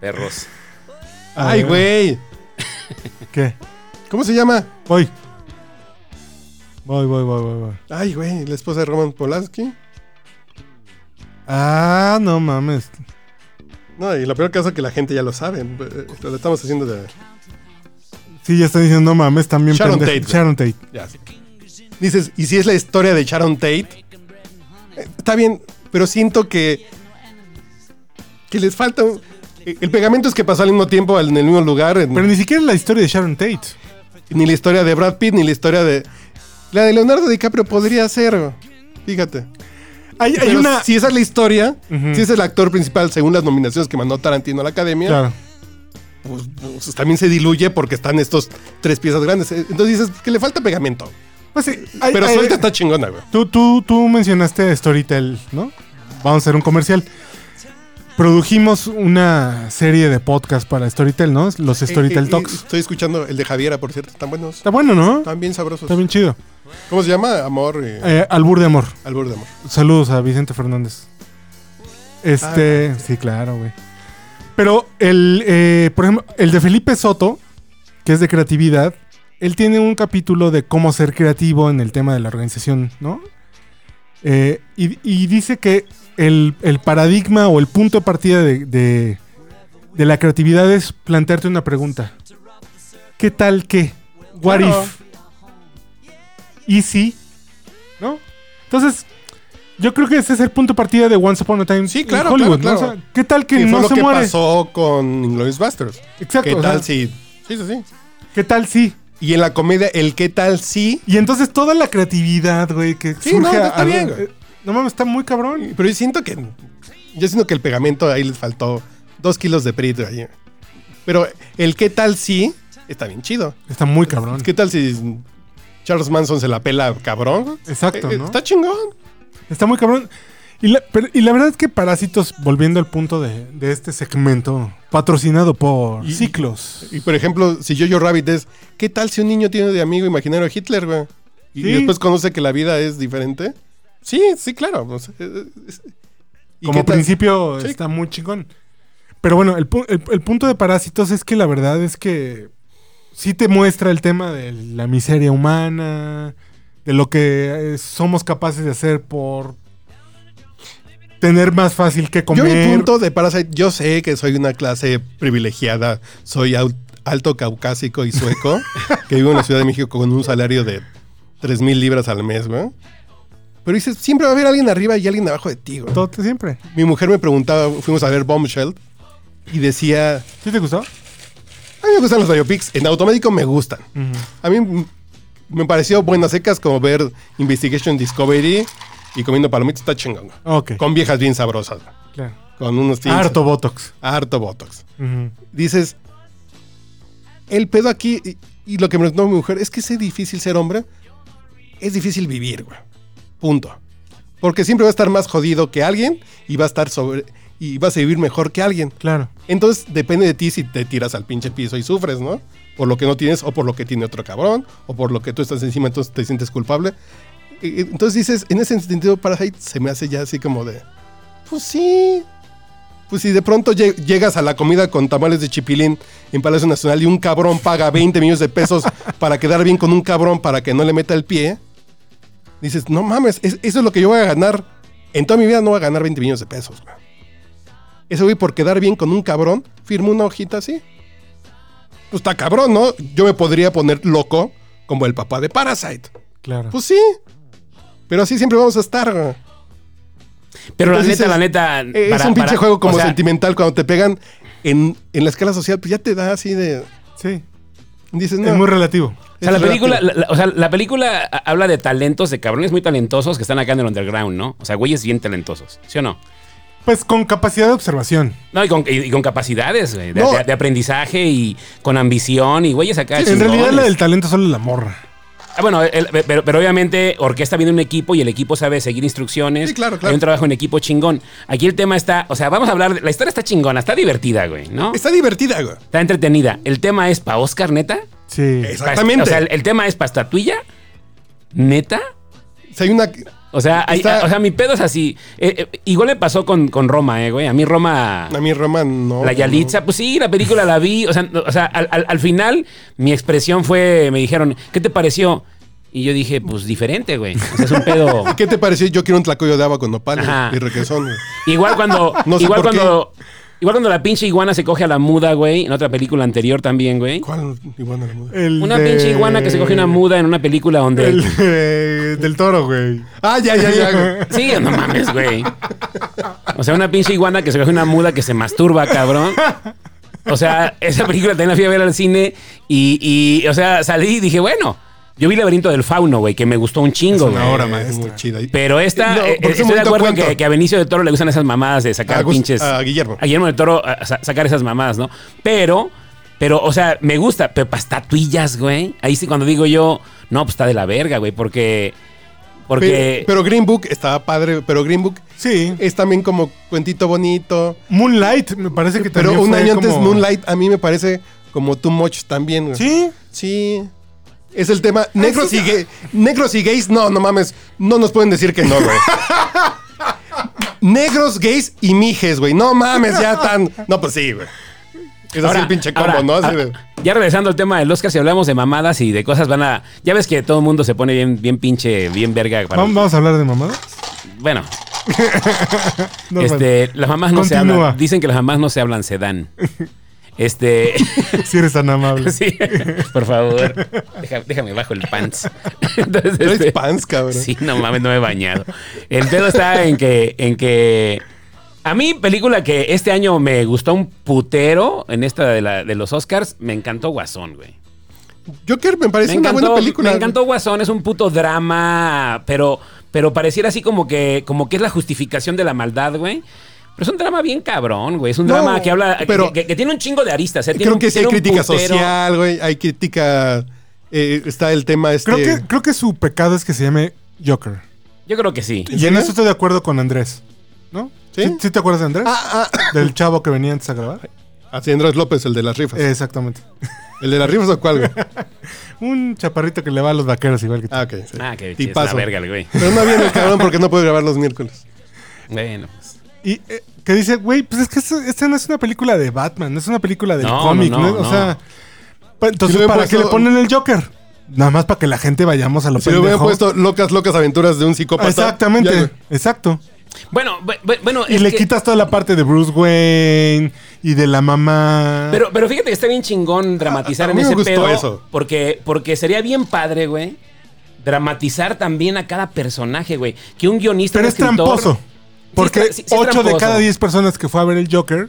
Perros. Ay, güey. ¿Qué? ¿Cómo se llama? Voy. Voy, voy, voy, voy, voy. Ay, güey, la esposa de Roman Polanski. Ah, no mames. No, y lo peor caso es que la gente ya lo sabe. Eh, Lo estamos haciendo de Sí, ya están diciendo, no mames, también Sharon pendejos. Tate. Sharon Tate. Ya, sí. Dices, ¿y si es la historia de Sharon Tate? Eh, Está bien, pero siento que. que les falta. un- eh, El pegamento es que pasó al mismo tiempo en el mismo lugar. en- Pero ni siquiera es la historia de Sharon Tate. Ni la historia de Brad Pitt, ni la historia de. La de Leonardo DiCaprio podría ser. Fíjate. Hay, hay Pero una. Si esa es la historia, Ujú. si ese es el actor principal según las nominaciones que mandó Tarantino a la academia, Claro. pues, pues, también se diluye porque están estos tres piezas grandes. Eh, Entonces dices que le falta pegamento. Pues sí, hay- Pero hay- suelta está chingona, güey. Tú, tú, tú mencionaste a Storytel, ¿no? Vamos a hacer un comercial. Produjimos una serie de podcast para Storytel, ¿no? Los Eh, Storytel eh, eh, Talks. estoy escuchando el de Javiera, por cierto. Están buenos. Está bueno, ¿no? Están bien sabrosos. Está bien chido. ¿Cómo se llama? Amor. eh, Eh, Albur de Amor. Albur de amor. Saludos a Vicente Fernández. Este, sí, claro, güey. Pero el, eh, por ejemplo, el de Felipe Soto, que es de creatividad, él tiene un capítulo de cómo ser creativo en el tema de la organización, ¿no? Eh, y, y dice que el, el paradigma o el punto de partida de, de- de la creatividad es plantearte una pregunta. ¿Qué tal qué? What Claro. if? ¿Y si? ¿No? Entonces, yo creo que ese es el punto de partida de Once Upon a Time Sí, en claro, Hollywood. claro, ¿no? claro. O sea, ¿Qué tal que Que fue no lo se que muere? pasó con Inglourious Basterds. Exacto. ¿Qué o sea, tal si? Sí, sí, sí. ¿Qué tal sí? Y en la comedia, el qué tal si. Y entonces toda la creatividad, güey, que Sí, surge... no, a- está a- bien, güey. No mames, está muy cabrón. Pero yo siento que. Yo siento que el pegamento ahí les faltó dos kilos de prit ahí. Pero el qué tal si está bien chido. Está muy cabrón. ¿Qué tal si Charles Manson se la pela cabrón? Exacto, Eh, ¿no? Está chingón. Está muy cabrón. Y la, pero- y la verdad es que Parásitos, volviendo al punto de, de este segmento, patrocinado por Y- Ciclos. Y por ejemplo, si Jojo Rabbit es, ¿qué tal si un niño tiene de amigo imaginario a Hitler, güey? Y Sí. después conoce que la vida es diferente. Sí, sí, claro. pues, eh, eh, es- ¿Y Como qué tal- principio Sí. está muy chingón. Pero bueno, el, pu- el- el punto de Parásitos es que la verdad es que sí te muestra el tema de la miseria humana, de lo que eh, somos capaces de hacer por tener más fácil que Yo comer. mi punto de Parasite, yo sé que soy una clase privilegiada, soy au- alto caucásico y sueco, que vivo en la Ciudad de México con un salario de 3 mil libras al mes, güey. Pero dices, siempre va a haber alguien arriba y alguien abajo de ti, güey. Todo- siempre. Mi mujer me preguntaba, fuimos a ver Bombshell y decía, ¿Sí te gustó? a mí me gustan los biopics, en automático me gustan. A mí mm, me pareció buenas secas como ver Investigation Discovery y comiendo palomitas, está chingón. güey. Ok. Con viejas bien sabrosas, güey. claro. con unos tíos. Harto Botox. Harto Botox. Ujú. dices, el pedo aquí, y, y lo que me preguntó mi mujer, es que es difícil ser hombre, es difícil vivir, güey. Punto. Porque siempre va a estar más jodido que alguien y va a estar sobre y vas a vivir mejor que alguien. Claro. Entonces depende de ti si te tiras al pinche piso y sufres, ¿no? Por lo que no tienes o por lo que tiene otro cabrón o por lo que tú estás encima, entonces te sientes culpable. E- e- Entonces dices, en ese sentido Parasite se me hace ya así como de, pues sí. Pues si de pronto lle- llegas a la comida con tamales de chipilín en Palacio Nacional y un cabrón paga 20 millones de pesos para quedar bien con un cabrón para que no le meta el pie, dices, no mames, es- eso es lo que yo voy a ganar. En toda mi vida no voy a ganar 20 millones de pesos, güey. Ese güey por quedar bien con un cabrón, firmó una hojita así. Pues está cabrón, ¿no? Yo me podría poner loco como el papá de Parasite. Claro. Pues sí. Pero así siempre vamos a estar. güey. Pero la Entonces, neta, la neta. Eh, Mm, para- es un pinche para- juego como o sea, sentimental cuando te pegan en, en la escala social, pues ya te da así de. sí. Dices, no. Es muy relativo. O sea, la es película, relativo". la- la- o sea, la película ha- habla de talentos, de cabrones muy talentosos que están acá en el underground, ¿no? O sea, güeyes bien talentosos, ¿sí o no? Pues con capacidad de observación. Ah, No, y con, y- y con capacidades, güey, de, No. de- de aprendizaje y con ambición y güeyes acá. en chingones. realidad la del talento solo es la morra. Ah, bueno, el- pero, pero obviamente orquesta viene un equipo y el equipo sabe seguir instrucciones. Sí, claro, claro. Hay un trabajo en equipo chingón. Aquí el tema está, o sea, vamos a hablar, de- la historia está chingona, está divertida, güey, ¿no? Está divertida, güey. Está entretenida. El tema es para Oscar, neta. Sí. Esa- Exactamente. O sea, el, el tema es para estatuilla, neta. O sea, hay una. O sea, hay- Está- o sea, mi pedo es así. Eh, eh, igual me pasó con, con Roma, eh, güey. A mí Roma... A mí, Roma, no. La Yalitza, pues sí, la película la vi. O sea, no- o sea, al, al- al final mi expresión fue, me dijeron, ¿qué te pareció? Y yo dije, pues diferente, güey. O sea, es un pedo. no. ¿Qué te pareció? Yo quiero un tlacoyo de agua con nopal güey, Ajá. y requesón. güey. Igual cuando, No sé igual por qué. cuando, igual cuando la pinche iguana se coge a la muda, güey, en otra película anterior también, güey. ¿Cuál iguana la muda? El Una de- pinche iguana que se coge una muda en una película donde El de- del toro, güey. Ah, ya, ya, ya. güey. Sí, no mames, güey. O sea, una pinche iguana que se coge una muda que se masturba, cabrón. O sea, esa película también la fui a ver al cine y, y, o sea, salí y dije, bueno, yo vi Laberinto del Fauno, güey, que me gustó un chingo, güey. Una hora, man, es muy chida. Pero esta, No, porque eh, es un estoy de bonito acuerdo en cuento. que, que a Benicio del Toro le gustan esas mamadas de sacar A Gus- pinches. a Guillermo. A Guillermo del Toro a sa- sacar esas mamadas, ¿no? Pero, pero, o sea, me gusta, pero para estatuillas, güey. Ahí sí, cuando digo yo, no, pues está de la verga, güey, porque. Porque. Pero, pero Green Book estaba padre, pero Green Book Sí. es también como cuentito bonito. Eh, Moonlight, me parece que Pero también un fue año antes como- Moonlight a mí me parece como too much también. güey. Sí. Ah, Sí. Es el tema. Negros y, gay- negros y gays, no, no mames. No nos pueden decir que no, güey. negros, gays y mijes, güey. No mames, ya tan. No, pues sí, güey. Es así Ahora, el pinche combo, ahora, ¿no? Así ah, de- ya regresando al tema del Oscar, si hablamos de mamadas y de cosas, van a. Ya ves que todo el mundo se pone bien, bien pinche, bien verga. para- Vamos, vamos a hablar de mamadas. Bueno, Normal. este, las mamás no se Continúa. hablan. Dicen que las mamás no se hablan, se dan. Este. Si eres tan amable. sí, por favor. Deja- déjame bajo el pants. Entonces, Traes este, pants, cabrón. Sí, no mames, no me he bañado. El pedo está en que, en que. A mí, película que este año me gustó un putero en esta de, la- de los Oscars, me encantó Guasón, güey. Joker me parece me una encantó, buena película. Me encantó Guasón, es un puto drama, pero, pero pareciera así como que, como que es la justificación de la maldad, güey. Pero es un drama bien cabrón, güey. Es un No, drama que habla. que- pero- que, que tiene un chingo de aristas. eh. Tiene Creo un- que sí hay tiene un crítica putero- social, güey. Hay crítica. eh, está el tema este. Creo, que, creo que su pecado es que se llame Joker. Yo creo que sí. Y en eso estoy de acuerdo con Andrés. ¿No? ¿Sí? ¿Sí te acuerdas de Andrés? Ah, ah. Del chavo que venía antes a grabar. Así Andrés López, el de las rifas. Eh, exactamente. ¿El de las rifas o cuál, güey? Un chaparrito que le va a los vaqueros igual que tú. Ah, ok. sí. Ah, que es una Tipazo. verga, el güey. Pero no viene el cabrón porque no puede grabar los miércoles. Bueno, pues. Y eh, que dice, güey, pues es que esto- esta no es una película de Batman, no es una película del No, cómic, no, no, ¿no? O no. sea, pa- entonces, Si le ¿para hubiera qué le puesto- ponen el Joker? Nada más para que la gente vayamos a lo Si le hubieran pendejo. puesto locas, locas aventuras de un psicópata. Exactamente, ya, güey. exacto. Bueno, bu- bu- bueno. Y es le que- quitas toda la parte de Bruce Wayne y de la mamá. Pero, pero fíjate que está bien chingón dramatizar a en mí me ese gustó pedo. eso. Porque, porque sería bien padre, güey. Dramatizar también a cada personaje, güey. Que un guionista. Pero un es escritor- tramposo. Porque tra- sí- sí es 8 de tramposo. cada 10 personas que fue a ver el Joker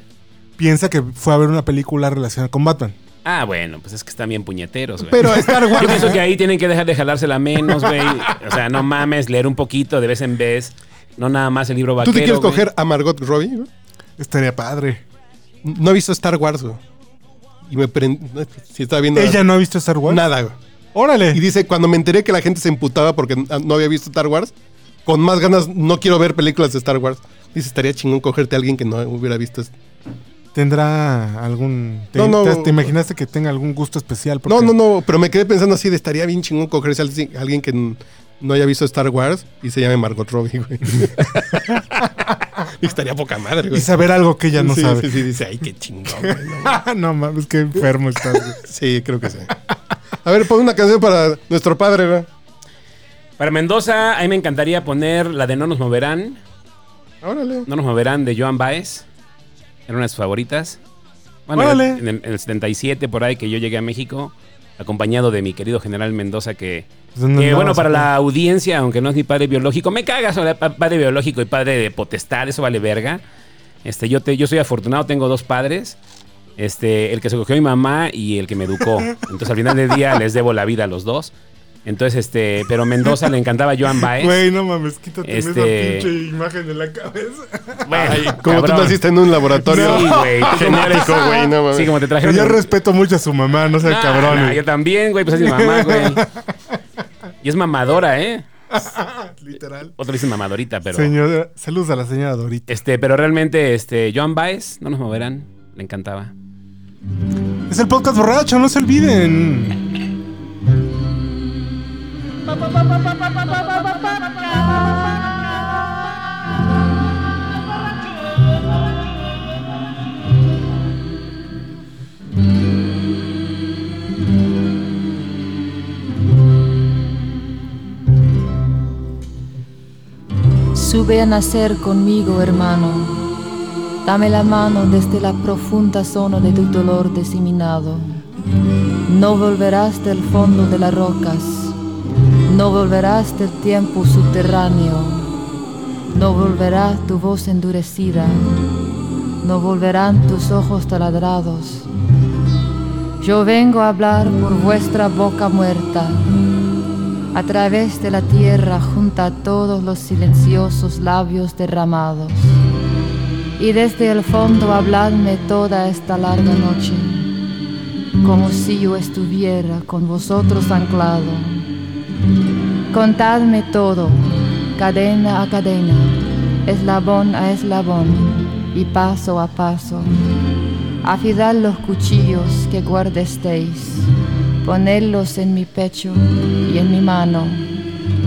piensa que fue a ver una película relacionada con Batman. Ah, bueno, pues es que están bien puñeteros, güey. Pero Star Wars. Yo pienso que ahí tienen que dejar de jalársela menos, güey. O sea, no mames, leer un poquito de vez en vez. No nada más el libro ¿Tú vaquero. te quieres güey. coger a Margot Robbie? güey? Estaría padre. No he visto Star Wars, güey. Y me prendí. Si estaba viendo. Ella no ha visto Star Wars. Nada, güey. Órale. Y dice, cuando me enteré que la gente se emputaba porque no había visto Star Wars, con más ganas no quiero ver películas de Star Wars. Dice, estaría chingón cogerte a alguien que no hubiera visto. esto". ¿Tendrá algún... Te, No, no. te- te imaginaste que tenga algún gusto especial? No, Porque- no, no, pero me quedé pensando así de estaría bien chingón cogerse a alguien- a alguien que n- no haya visto Star Wars y se llame Margot Robbie, güey. y estaría poca madre, güey. Y saber algo que ella no sí, sabe. Sí, sí, dice, ay, qué chingón, güey. no". no mames, qué enfermo estás. güey. Sí, creo que sí. A ver, pon una canción para nuestro padre, güey. Para Mendoza, a mí me encantaría poner la de No nos moverán. Órale. No nos moverán de Joan Baez. Era una de sus favoritas. Bueno, Órale. en, el, en el 77 por ahí que yo llegué a México, acompañado de mi querido general Mendoza que... Pues, ¿dónde que, Eh, bueno, andabas, para güey? la audiencia, aunque no es mi padre biológico, me cagas, ahora, pa- padre biológico y padre de potestad, eso vale verga. Este, yo, te, yo soy afortunado, tengo dos padres. Este, el que se cogió a mi mamá y el que me educó. Entonces, al final del día les debo la vida a los dos. Entonces, este, pero Mendoza le encantaba Joan Baez. Güey, no mames, quítate Este- esa pinche imagen de la cabeza. Bueno, Como tú cabrón. naciste en un laboratorio Sí, güey. tú como eres- genérico, güey, no mames. Sí, como te Pero trajeron. yo respeto mucho a su mamá, no sea No, cabrón. no, güey. yo también, güey, pues es mi mamá, güey. Y es mamadora, ¿eh? Literal. Otro dice mamadorita, pero. Señora, saludos a la señora Dorita. Este, pero realmente, este, Joan Baez, no nos moverán. Le encantaba. Eh, Es el podcast borracho, no se olviden. Sube a nacer conmigo, hermano. Dame la mano desde la profunda zona de tu dolor diseminado. No volverás del fondo de las rocas. No volverás del tiempo subterráneo. No volverá tu voz endurecida, no volverán tus ojos taladrados. Yo vengo a hablar por vuestra boca muerta. A través de la tierra junta a todos los silenciosos labios derramados. Y desde el fondo habladme toda esta larga noche, como si yo estuviera con vosotros anclado. Contadme todo, cadena a cadena, eslabón a eslabón y paso a paso. Afilad los cuchillos que guardestéis, ponedlos en mi pecho y en mi mano,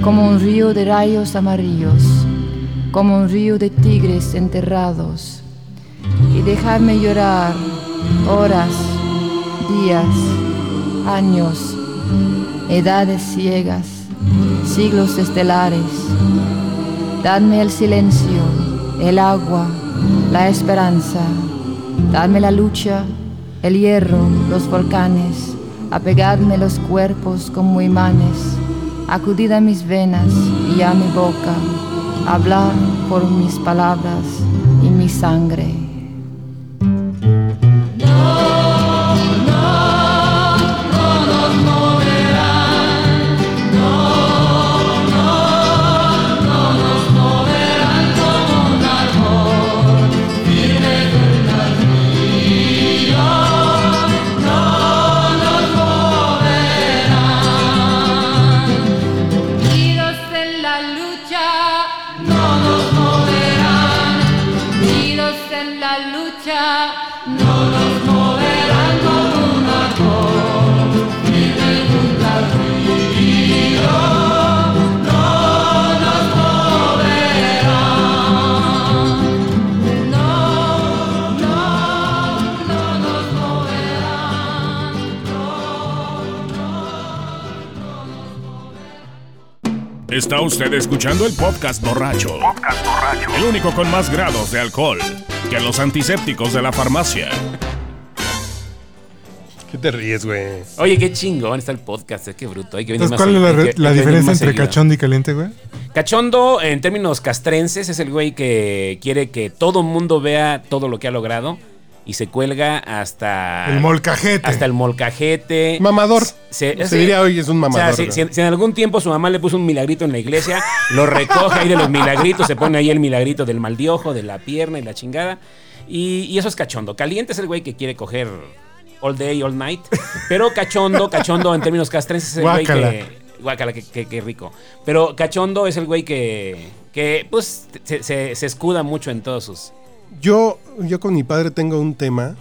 como un río de rayos amarillos, como un río de tigres enterrados. Y dejadme llorar horas, días, años, edades ciegas, siglos estelares. Dadme el silencio, el agua, la esperanza. Dadme la lucha, el hierro, los volcanes, apegadme los cuerpos como imanes, acudid a mis venas y a mi boca, hablar por mis palabras y mi sangre. Unidos en la lucha, no nos moverán. Unidos en la lucha, no nos moverán con una voz. Vive junto al río, no nos moverán. No, no, no nos moverán. Está usted escuchando el podcast borracho. El único con más grados de alcohol que los antisépticos de la farmacia. ¿Qué te ríes, güey? Oye, qué chingón está el podcast, eh, qué bruto. Hay que venir Entonces, más ¿cuál es seguido, la, hay re- que- hay la que venir diferencia más entre seguido. cachondo y caliente, güey? Cachondo, en términos castrenses, es el güey que quiere que todo mundo vea todo lo que ha logrado y se cuelga hasta. El molcajete. Ah, Hasta el molcajete. Mamador. Se, Se sí. diría hoy es un O sea, mamador. si- güey. si, en- si en algún tiempo su mamá le puso un milagrito en la iglesia, lo recoge ahí de los milagritos, se pone ahí el milagrito del mal de ojo, de la pierna y la chingada. Y, y eso es cachondo. Caliente es el güey que quiere coger all day, all night. Pero cachondo, cachondo en términos castrenses es el güey Guácala. que. Guácala, qué, qué- qué rico. Pero cachondo es el güey que. que pues se, se- se escuda mucho en todos sus. Yo, yo con mi padre tengo un tema.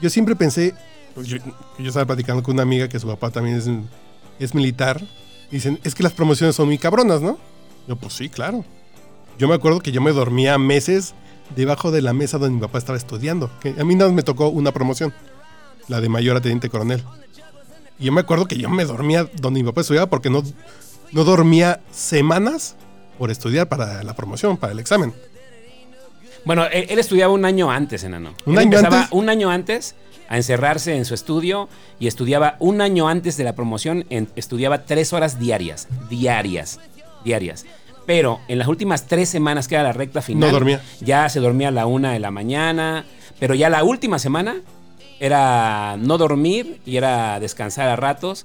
Yo siempre pensé, pues, yo, yo estaba platicando con una amiga que su papá también es, es militar. y dicen, es que las promociones son muy cabronas, ¿no? Yo, pues sí, claro. Yo me acuerdo que yo me dormía meses debajo de la mesa donde mi papá estaba estudiando. Que a mí nada más me tocó una promoción, la de mayor a teniente coronel. Y yo me acuerdo que yo me dormía donde mi papá estudiaba porque no, no dormía semanas por estudiar para la promoción, para el examen. Bueno, él, él estudiaba un año antes, enano. ¿Un Él año empezaba antes? un año antes a encerrarse en su estudio y estudiaba un año antes de la promoción, en- estudiaba tres horas diarias, diarias, diarias. Pero en las últimas tres semanas que era la recta final, No dormía. ya se dormía a la una de la mañana, pero ya la última semana era no dormir y era descansar a ratos,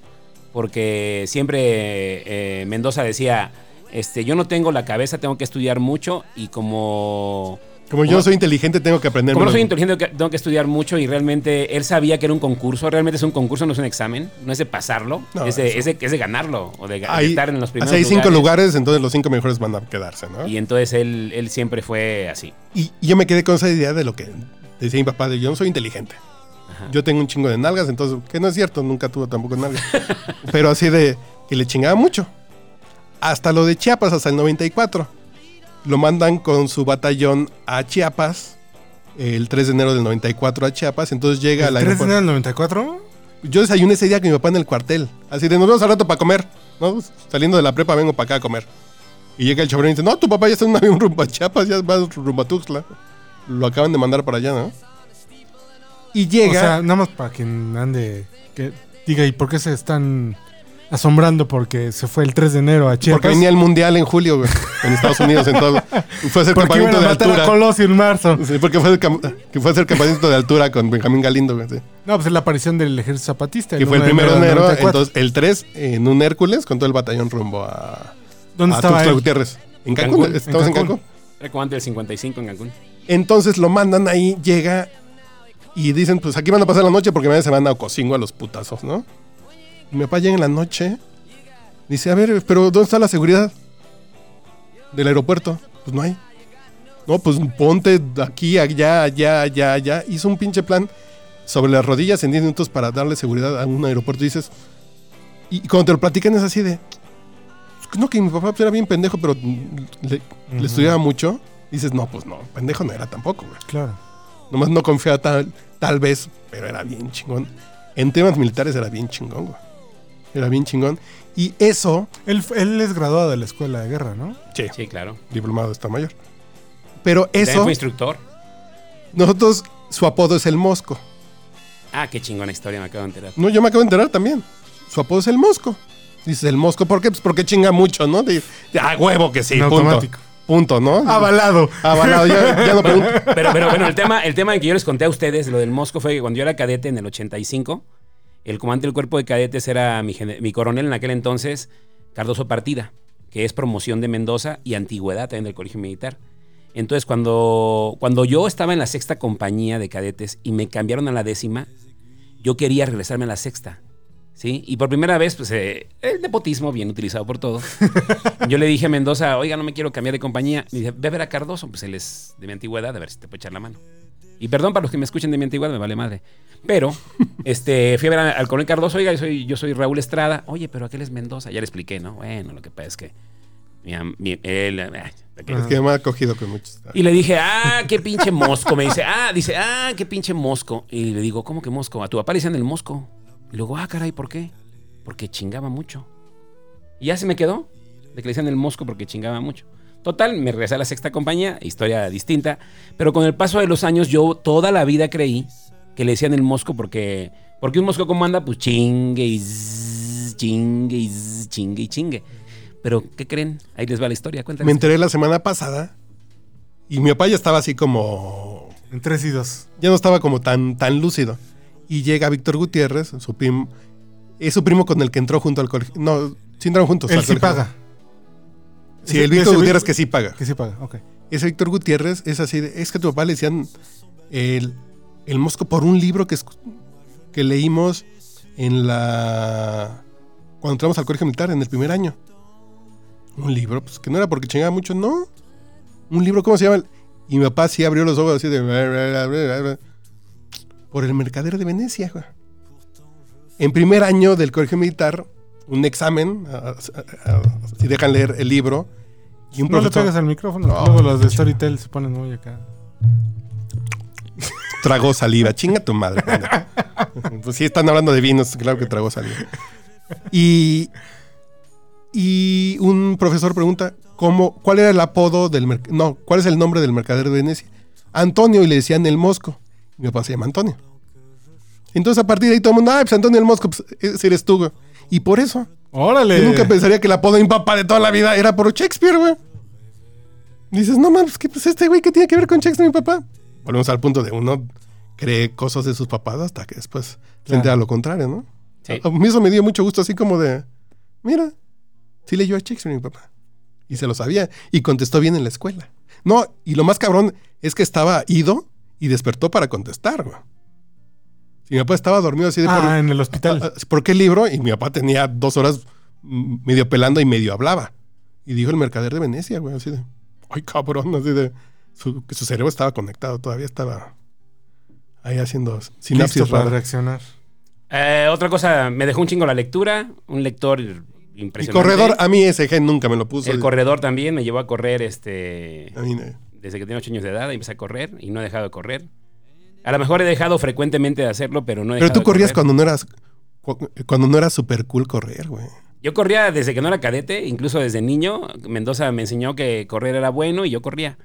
porque siempre eh, Mendoza decía, este, yo no tengo la cabeza, tengo que estudiar mucho y como Como yo no soy inteligente, tengo que aprender. como no soy menos. inteligente, tengo que- tengo que estudiar mucho y realmente él sabía que era un concurso. Realmente es un concurso, no es un examen. No es de pasarlo, No, es, de, eso. es de- es de ganarlo o de, ga- de Hay, estar en los primeros así hay cinco lugares, entonces los cinco mejores van a quedarse, ¿no? Y Y, entonces él, él siempre fue así. y yo me quedé con esa idea de lo que decía mi papá, de yo no soy inteligente. Yo tengo un chingo de nalgas, entonces, que no es cierto, nunca tuvo tampoco nalgas. Pero así de que le chingaba mucho. Hasta lo de Chiapas, hasta el 94. Lo mandan con su batallón a Chiapas, el 3 de enero del 94 a Chiapas, entonces llega ¿El al 3 de aeropuerto. enero del 94? Yo desayuné ese día con mi papá en el cuartel. Así de, nos vemos al rato para comer. ¿no? Saliendo de la prepa, vengo para acá a comer. Y llega el chabrón y dice, no, tu papá ya está en un avión rumbo a Chiapas, ya va rumbo a Tuxtla. Lo acaban de mandar para allá, ¿no? Y llega... O sea, nada más para quien ande. Que diga, ¿y por qué se están asombrando porque se fue el 3 de enero a Porque Chiapas. venía el mundial en julio, güey. En Estados Unidos, en todo. Y Fue a hacer Porque iban campamento a de matar a altura. Colosio en marzo. Sí, porque fue, el cam- que fue a hacer campamento de altura con Benjamín Galindo, güey. sí. No, pues es la aparición del ejército zapatista. Que fue el primero de del enero. 94. Entonces, el 3 en un Hércules con todo el batallón rumbo a, ¿Dónde a estaba Tuxtla él? Gutiérrez. En Cancún, Cancún, estamos en en Cancún. Cancún. Era como antes del 55 en Cancún. Entonces lo mandan ahí, llega y dicen, pues aquí van a pasar la noche porque mañana se van a Ocosingo a los putazos, ¿no? Y mi papá llega en la noche, dice, a ver, pero ¿dónde está la seguridad del aeropuerto? Pues no hay. No, pues ponte aquí, allá, allá, allá, allá. Hizo un pinche plan sobre las rodillas en 10 minutos para darle seguridad a un aeropuerto. Dices, y y cuando te lo platican es así de, no, que mi papá era bien pendejo, pero mm, le, le estudiaba mucho. Dices, no, pues no, pendejo no era tampoco, güey. Claro. Nomás no confiaba tal, tal vez, pero era bien chingón. En temas militares era bien chingón, güey. Era bien chingón. Y eso, Él, él es graduado de la escuela de guerra, ¿no? Sí, claro. diplomado está mayor. Pero También eso, fue instructor. nosotros, su apodo es el Mosco. Ah, qué chingona historia, me acabo de enterar. No, yo me acabo de enterar también. Su apodo es el Mosco. Dices, el Mosco, ¿por qué? Pues porque chinga mucho, ¿no? De, de, ah, huevo que sí, En punto. automático. Punto, ¿no? Ah, Avalado. Avalado, ya, ya no pregunto. Pero, pero bueno, el tema, el tema que yo les conté a ustedes, lo del Mosco, fue que cuando yo era cadete en el 85, el comandante del cuerpo de cadetes era mi, gene- mi coronel en aquel entonces, Cardoso Partida, que es promoción de Mendoza y antigüedad también del Colegio Militar. Entonces, cuando, cuando yo estaba en la sexta compañía de cadetes y me cambiaron a la décima, yo quería regresarme a la sexta. ¿Sí? Y por primera vez, pues eh, el nepotismo, bien utilizado por todos. Yo le dije a Mendoza, oiga, no me quiero cambiar de compañía. Me dice, ve a ver a Cardoso, pues él es de mi antigüedad, a ver si te puede echar la mano. Y perdón para los que me escuchen de mi antigüedad, me vale madre. Pero este, fui a ver a- al coronel Cardoso, oiga, yo soy, yo soy Raúl Estrada. Oye, pero aquel es Mendoza. Ya le expliqué, ¿no? Bueno, lo que pasa es que... mi am- mi- él, ah, aquel- Es que me ha cogido con muchos. y le dije, ah, qué pinche mosco. Me dice, ah, dice, ah, qué pinche mosco. Y le digo, ¿cómo que mosco? A tu papá le decían el mosco. Y luego, ah, caray, ¿por qué? Porque chingaba mucho. Y ya se me quedó de que le decían el mosco porque chingaba mucho. Total, me regresé a la sexta compañía, historia distinta. Pero con el paso de los años, yo toda la vida creí que le decían el mosco porque. Porque un mosco como anda, pues chingue y zzz, chingue y zzz, chingue y chingue. Pero, ¿qué creen? Ahí les va la historia, Me cuéntame. enteré la semana pasada y mi papá ya estaba así como. En 3 y 2. Ya no estaba como tan, tan lúcido. Y llega Víctor Gutiérrez, su primo. Es su primo con el que entró junto al colegio. No, sí entraron juntos. Él al sí colegio. paga. Sí, Ese- el Víctor ese Gutiérrez Vic- que sí paga. Que sí paga, ok. Ese Víctor Gutiérrez es así. de, es que a tu papá le decían el, el mosco por un libro que, escu- que leímos en la. Cuando entramos al colegio militar en el primer año. Un libro, pues que no era porque chingaba mucho, no. Un libro, ¿cómo se llama? Y mi papá sí abrió los ojos así de. Por el mercader de Venecia, güey. En primer año del colegio militar, un examen, a- a- a- si dejan leer el libro. Y un No le profesor- pegas al micrófono. No, Luego los de Storytel se ponen muy acá. tragó saliva. Chinga tu madre. venga. Pues sí, están hablando de vinos, claro que tragó saliva. Y, y un profesor pregunta, ¿cómo, ¿cuál era el apodo del merc- No, ¿cuál es el nombre del mercader de Venecia? Antonio, y le decían el mosco. Mi papá se llama Antonio. Entonces a partir de ahí todo el mundo, ah, pues Antonio el mosco, pues ese eres tú, güey. Y por eso, ¡Órale! yo nunca pensaría que el apodo de mi papá de toda la vida era por Shakespeare, güey. Dices, no mames, ¿qué pues este güey que tiene que ver con Shakespeare, mi papá? Volvemos al punto de uno cree cosas de sus papás hasta que después se Claro. entera lo contrario, ¿no? Sí. A a mí eso me dio mucho gusto, así como de, mira, sí leyó a Shakespeare mi papá. Y se lo sabía. Y contestó bien en la escuela. No, y lo más cabrón es que estaba ido y despertó para contestar, güey. Si mi papá estaba dormido así de por- Ah, en el hospital. Ah, ah, ¿Por qué libro? Y mi papá tenía dos horas mm, medio pelando y medio hablaba. Y dijo el mercader de Venecia, güey, así de, ay cabrón, así de, su, que su cerebro estaba conectado, todavía estaba ahí haciendo Listo sinapsis para raras. reaccionar. Eh, otra cosa, me dejó un chingo la lectura, un lector Y impresionante. corredor, ah, a mí ese gen nunca me lo puso. El corredor también me llevó a correr este A mí no. desde que tenía 8 años de edad, empecé a correr y no he dejado de correr. A lo mejor he dejado frecuentemente de hacerlo, pero no he Pero dejado tú de corrías correr. cuando no eras, cu- eh, cuando no era super cool correr, güey. Yo corría desde que no era cadete, incluso desde niño. Mendoza me enseñó que correr era bueno y yo corría.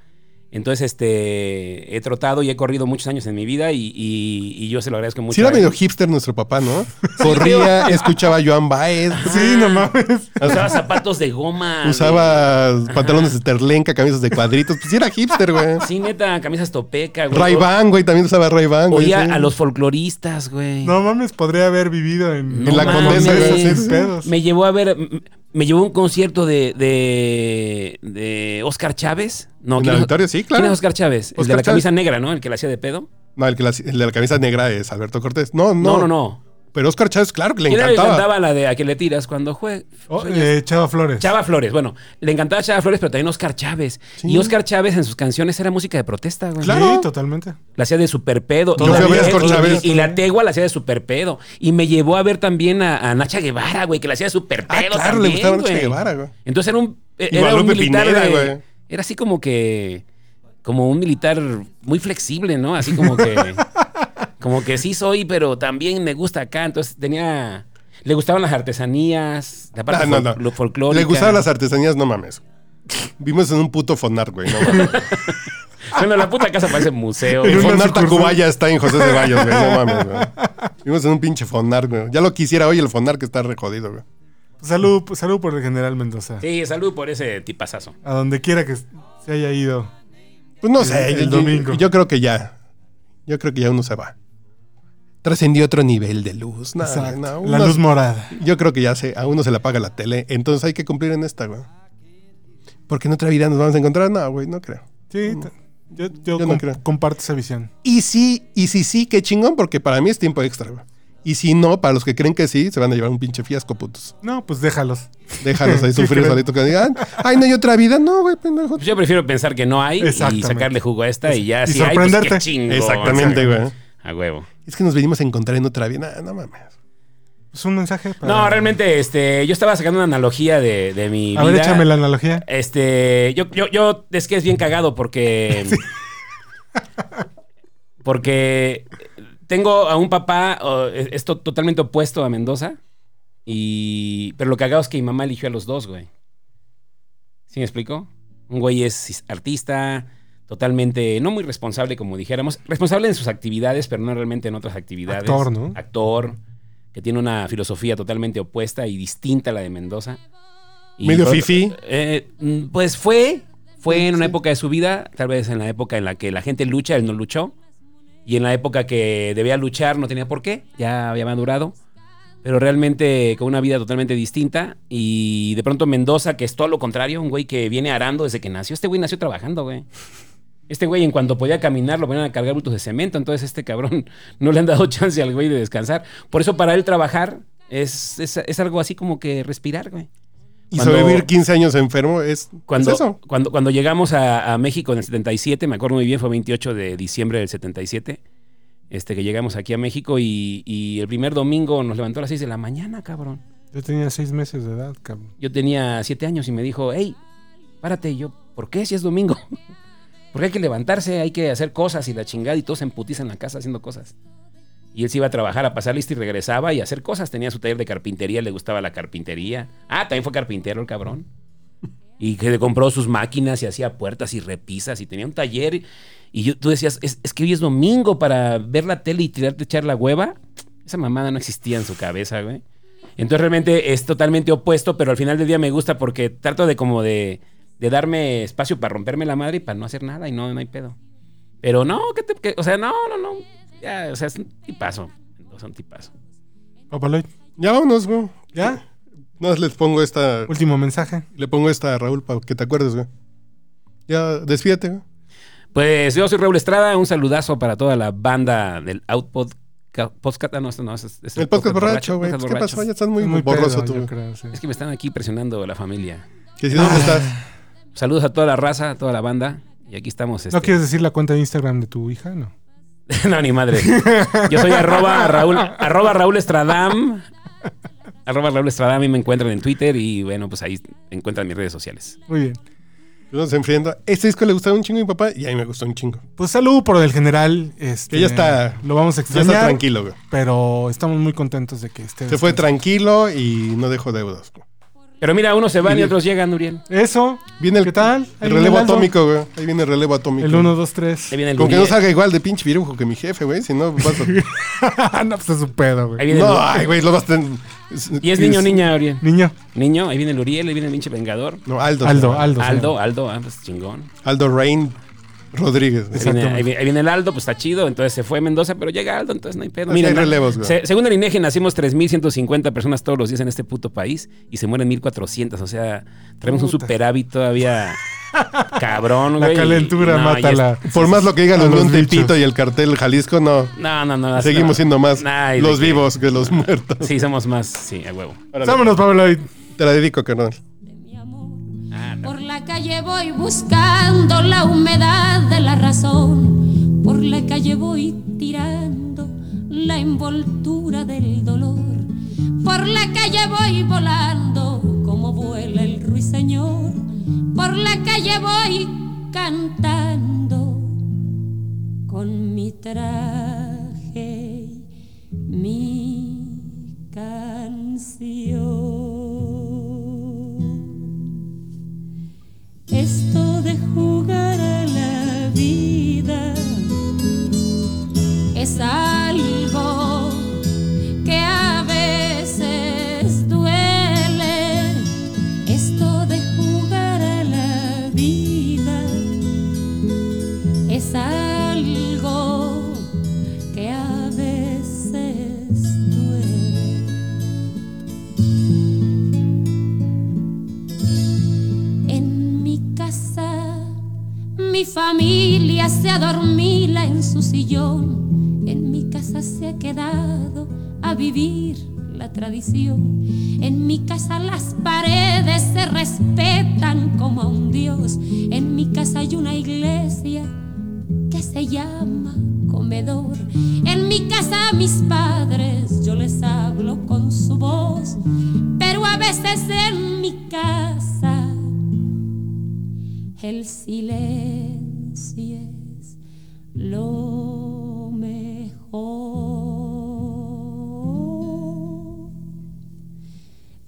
Entonces, este, he trotado y he corrido muchos años en mi vida y, y- y yo se lo agradezco mucho. Sí era a- medio hipster nuestro papá, ¿no? Corría, escuchaba a Joan Baez. Sí, no mames. O sea, Usaba zapatos de goma. usaba pantalones de terlenca, camisas de cuadritos. Pues sí era hipster, güey. güey. Sí, neta, camisas topeca, güey. Ray-Ban, güey, también usaba Ray-Ban, güey. Oía sí. a los folcloristas, güey. No mames, podría haber vivido en, No en la Condesa, mames. güey, esos pedos. Me llevó a ver. m- Me llevó a un concierto de. de. de Oscar Chávez. No, ¿En ¿quién el es- auditorio? Sí, claro. ¿Quién es Oscar Chávez? el de Oscar la Chávez. camisa negra, ¿no? El que la hacía de pedo. No, el, que la- el de la camisa negra es Alberto Cortés. No, no. No, no, no. Pero Oscar Chávez, claro que le ¿Quién era el que encantaba. cantaba la de a que le tiras cuando juega? Oh, eh, Chava Flores. Chava Flores, bueno, le encantaba Chava Flores, pero también Oscar Chávez. Y Oscar Chávez en sus canciones era música de protesta, güey. Sí, Claro. totalmente. La hacía de superpedo. Yo Y la- fui a ver a Oscar y- Chávez. Y, la Tegua la hacía de superpedo. Y me llevó a ver también a, a Nacha Guevara, güey, que la hacía de superpedo. Ah, claro, le también, gustaba Nacha güey. Guevara, güey. Entonces era un. eh, Y Era un Guadalupe militar. Pineda, de- güey. era así como que. Como un militar muy flexible, ¿no? Así como que. como que sí soy, pero también me gusta acá. Entonces tenía. Le gustaban las artesanías, la parte Ah, no, fol- no. lo folclórica. Le gustaban las artesanías, no mames. Vimos en un puto Fonart, güey. No mames. Bueno, la puta casa parece museo. El güey. Fonart Tacubaya está en José Ceballos, güey. No mames, güey. Vimos en un pinche Fonart, güey. Ya lo quisiera hoy el Fonart que está re jodido, güey. Salud, salud por el general Mendoza. Mm. Sí, salud por ese tipazazo. A donde quiera que se haya ido. Pues no sé. El yo- yo- domingo. Yo, creo que ya. Yo creo que ya uno se va. Trascendió otro nivel de luz. No, Exacto. no, la uno- luz morada. Yo creo que ya se, a uno se le apaga la tele. Entonces hay que cumplir en esta, güey. Porque en otra vida nos vamos a encontrar. No, güey, no creo. Sí, t- yo, yo Mm. Yo no com- creo. comparto esa visión. Y sí, y sí, sí, qué chingón, porque para mí es tiempo extra, güey. Y si no, para los que creen que sí, se van a llevar un pinche fiasco, putos. No, pues déjalos. Déjalos ahí Sí, sufrir creo. solito que digan, ay, no hay otra vida. No, güey, pendejo. Pues yo prefiero pensar que no hay y Exactamente. sacarle jugo a esta y ya Y si hay, pues, sorprenderte. qué chingón. Exactamente, güey. A huevo. Es que nos venimos a encontrar en otra vida. Nah, no mames. Es un mensaje para. No, realmente, este, yo estaba sacando una analogía de, de mi A ver, vida. échame la analogía. Este, yo, yo, yo, es que es bien cagado porque. porque tengo a un papá, oh, es es to- totalmente opuesto a Mendoza. Y. Pero lo cagado es que mi mamá eligió a los dos, güey. ¿Sí me explico? Un güey es artista, totalmente, no muy responsable, como dijéramos. Responsable en sus actividades, pero no realmente en otras actividades. Actor, ¿no? Actor, que tiene una filosofía totalmente opuesta y distinta a la de Mendoza. Y Medio por- fifí. eh, mm, pues fue, fue en una época de su vida, tal vez en la época en la que la gente lucha, él no luchó. Y en la época que debía luchar no tenía por qué, ya había madurado. Pero realmente con una vida totalmente distinta. Y de pronto Mendoza, que es todo lo contrario, un güey que viene arando desde que nació. Este güey nació trabajando, güey. Este güey en cuanto podía caminar lo ponían a cargar bultos de cemento, entonces este cabrón no le han dado chance al güey de descansar. Por eso para él trabajar es, es, es algo así como que respirar, güey. Y Cuando- sobrevivir 15 años enfermo es, cuando, es eso. cuando, cuando llegamos a, a México en el 77, me acuerdo muy bien, fue 28 de diciembre del 77, este, que llegamos aquí a México y, y el primer domingo nos levantó a las 6 de la mañana, cabrón. Yo tenía seis meses de edad, cabrón. Yo tenía 7 años y me dijo, hey, párate. Y yo, ¿por qué si es domingo? Porque hay que levantarse, hay que hacer cosas y la chingada y todos se emputizan en la casa haciendo cosas. Y él se iba a trabajar, a pasar lista y regresaba y a hacer cosas. Tenía su taller de carpintería, le gustaba la carpintería. Ah, también fue carpintero el cabrón. Y que le compró sus máquinas y hacía puertas y repisas y tenía un taller. Y yo, tú decías, es, es que hoy es domingo para ver la tele y tirarte a echar la hueva. Esa mamada no existía en su cabeza, güey. Entonces realmente es totalmente opuesto, pero al final del día me gusta porque trato de como de, de darme espacio para romperme la madre y para no hacer nada y no, no hay pedo. Pero no, que te, que- o sea, no, no, no. Ya, o sea, es un tipazo. O sea, un tipazo. Papaloy, Ya vámonos, güey. ¿ya? No, les pongo esta, Último mensaje. le pongo esta a Raúl para que te acuerdes, güey. Ya, despídete, güey. Pues yo soy Raúl Estrada, un saludazo para toda la banda del Outpod ca- Podcast. Ah, no, esto no, es, es El podcast borracho, güey. podcast Pues, ¿Qué borracho. pasó? Ya estás muy, Muy borroso pedo, tú. yo güey. creo, sí. Es que me están aquí presionando la familia. Que si dónde estás. Saludos a toda la raza, a toda la banda. Y aquí estamos. ¿No este- quieres decir la cuenta de Instagram de tu hija? No. no, ni madre. Yo soy arroba Raúl, arroba Raúl Estradam. Arroba Raúl Estradam y me encuentran en Twitter y bueno, pues ahí encuentran mis redes sociales. Muy bien. Uno se enfriando. Este disco le gustaba un chingo a mi papá y a mí me gustó un chingo. Pues salud por el general. Este, Que ya está- Lo vamos a Ya extrañar. está tranquilo, güey. Pero estamos muy contentos de que esté. Se fue descansando. tranquilo y no dejó deudas. güey. Pero mira, unos se van y otros llegan, Uriel. Eso. Viene el, ¿Qué tal? el Ahí viene relevo el Aldo. atómico, güey. Ahí viene el relevo atómico. El 1, 2, 3. Ahí viene el Con que Uriel. no salga igual de pinche virujo que mi jefe, güey. Si no, vas a... no, pues es un pedo, Ahí güey. viene No, el- ay, güey, lo vas a tener. Y es niño o niña, Uriel. Niño, Niño, ahí viene el Uriel, ahí viene el pinche Vengador. No, Aldo, Aldo. se llama. Aldo. se Aldo, llama. Aldo, ah, pues chingón. Aldo Rain Rodríguez. Ahí viene, ahí viene- ahí viene el Aldo, pues está chido. Entonces se fue Mendoza, pero llega Aldo, entonces no hay pedo. Así hay relevos, güey. se- según el INEGI, nacimos 3.150 personas todos los días en este puto país y se mueren 1.400. O sea, traemos un Puta. superávit todavía cabrón, La güey. y- calentura no, y mata es- la. Por más lo que digan A los los León bichos. Tepito y el cartel Jalisco, no. No, no, no. hasta- Seguimos siendo más Ay, de los que- vivos que los muertos. Sí, somos más, sí, a huevo. Órale, Vámonos, Pablo. y- Te la dedico, carnal. mi amor. Por la calle voy buscando la humedad de la razón. Por la calle voy tirando la envoltura del dolor. Por la calle voy volando como vuela el ruiseñor. Por la calle voy cantando con mi traje, y mi canción. Esto de jugar a la vida es algo que a veces duele. Esto de jugar a la vida es algo que a veces duele. En mi casa, mi familia se adormila en su sillón. En mi casa se ha quedado a vivir la tradición. En mi casa las paredes se respetan como a un dios. En mi casa hay una iglesia que se llama comedor. En mi casa a mis padres yo les hablo con su voz, pero a veces en mi casa el silencio es lo mejor.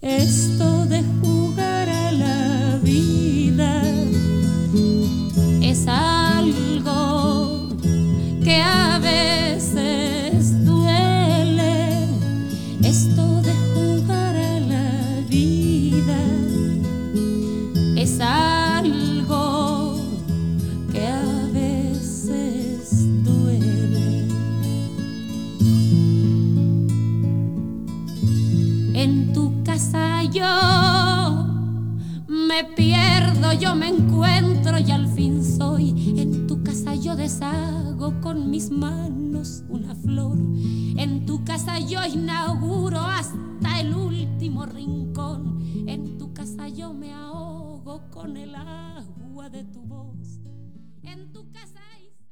Esto de jugar a la vida es algo que a veces duele. Esto de jugar a la vida es algo que a veces duele. En tu casa yo me pierdo, yo me encuentro y al fin soy. En tu casa yo deshago con mis manos una flor. En tu casa yo inauguro hasta el último rincón. En tu casa yo me ahogo con el agua de tu voz. En tu casa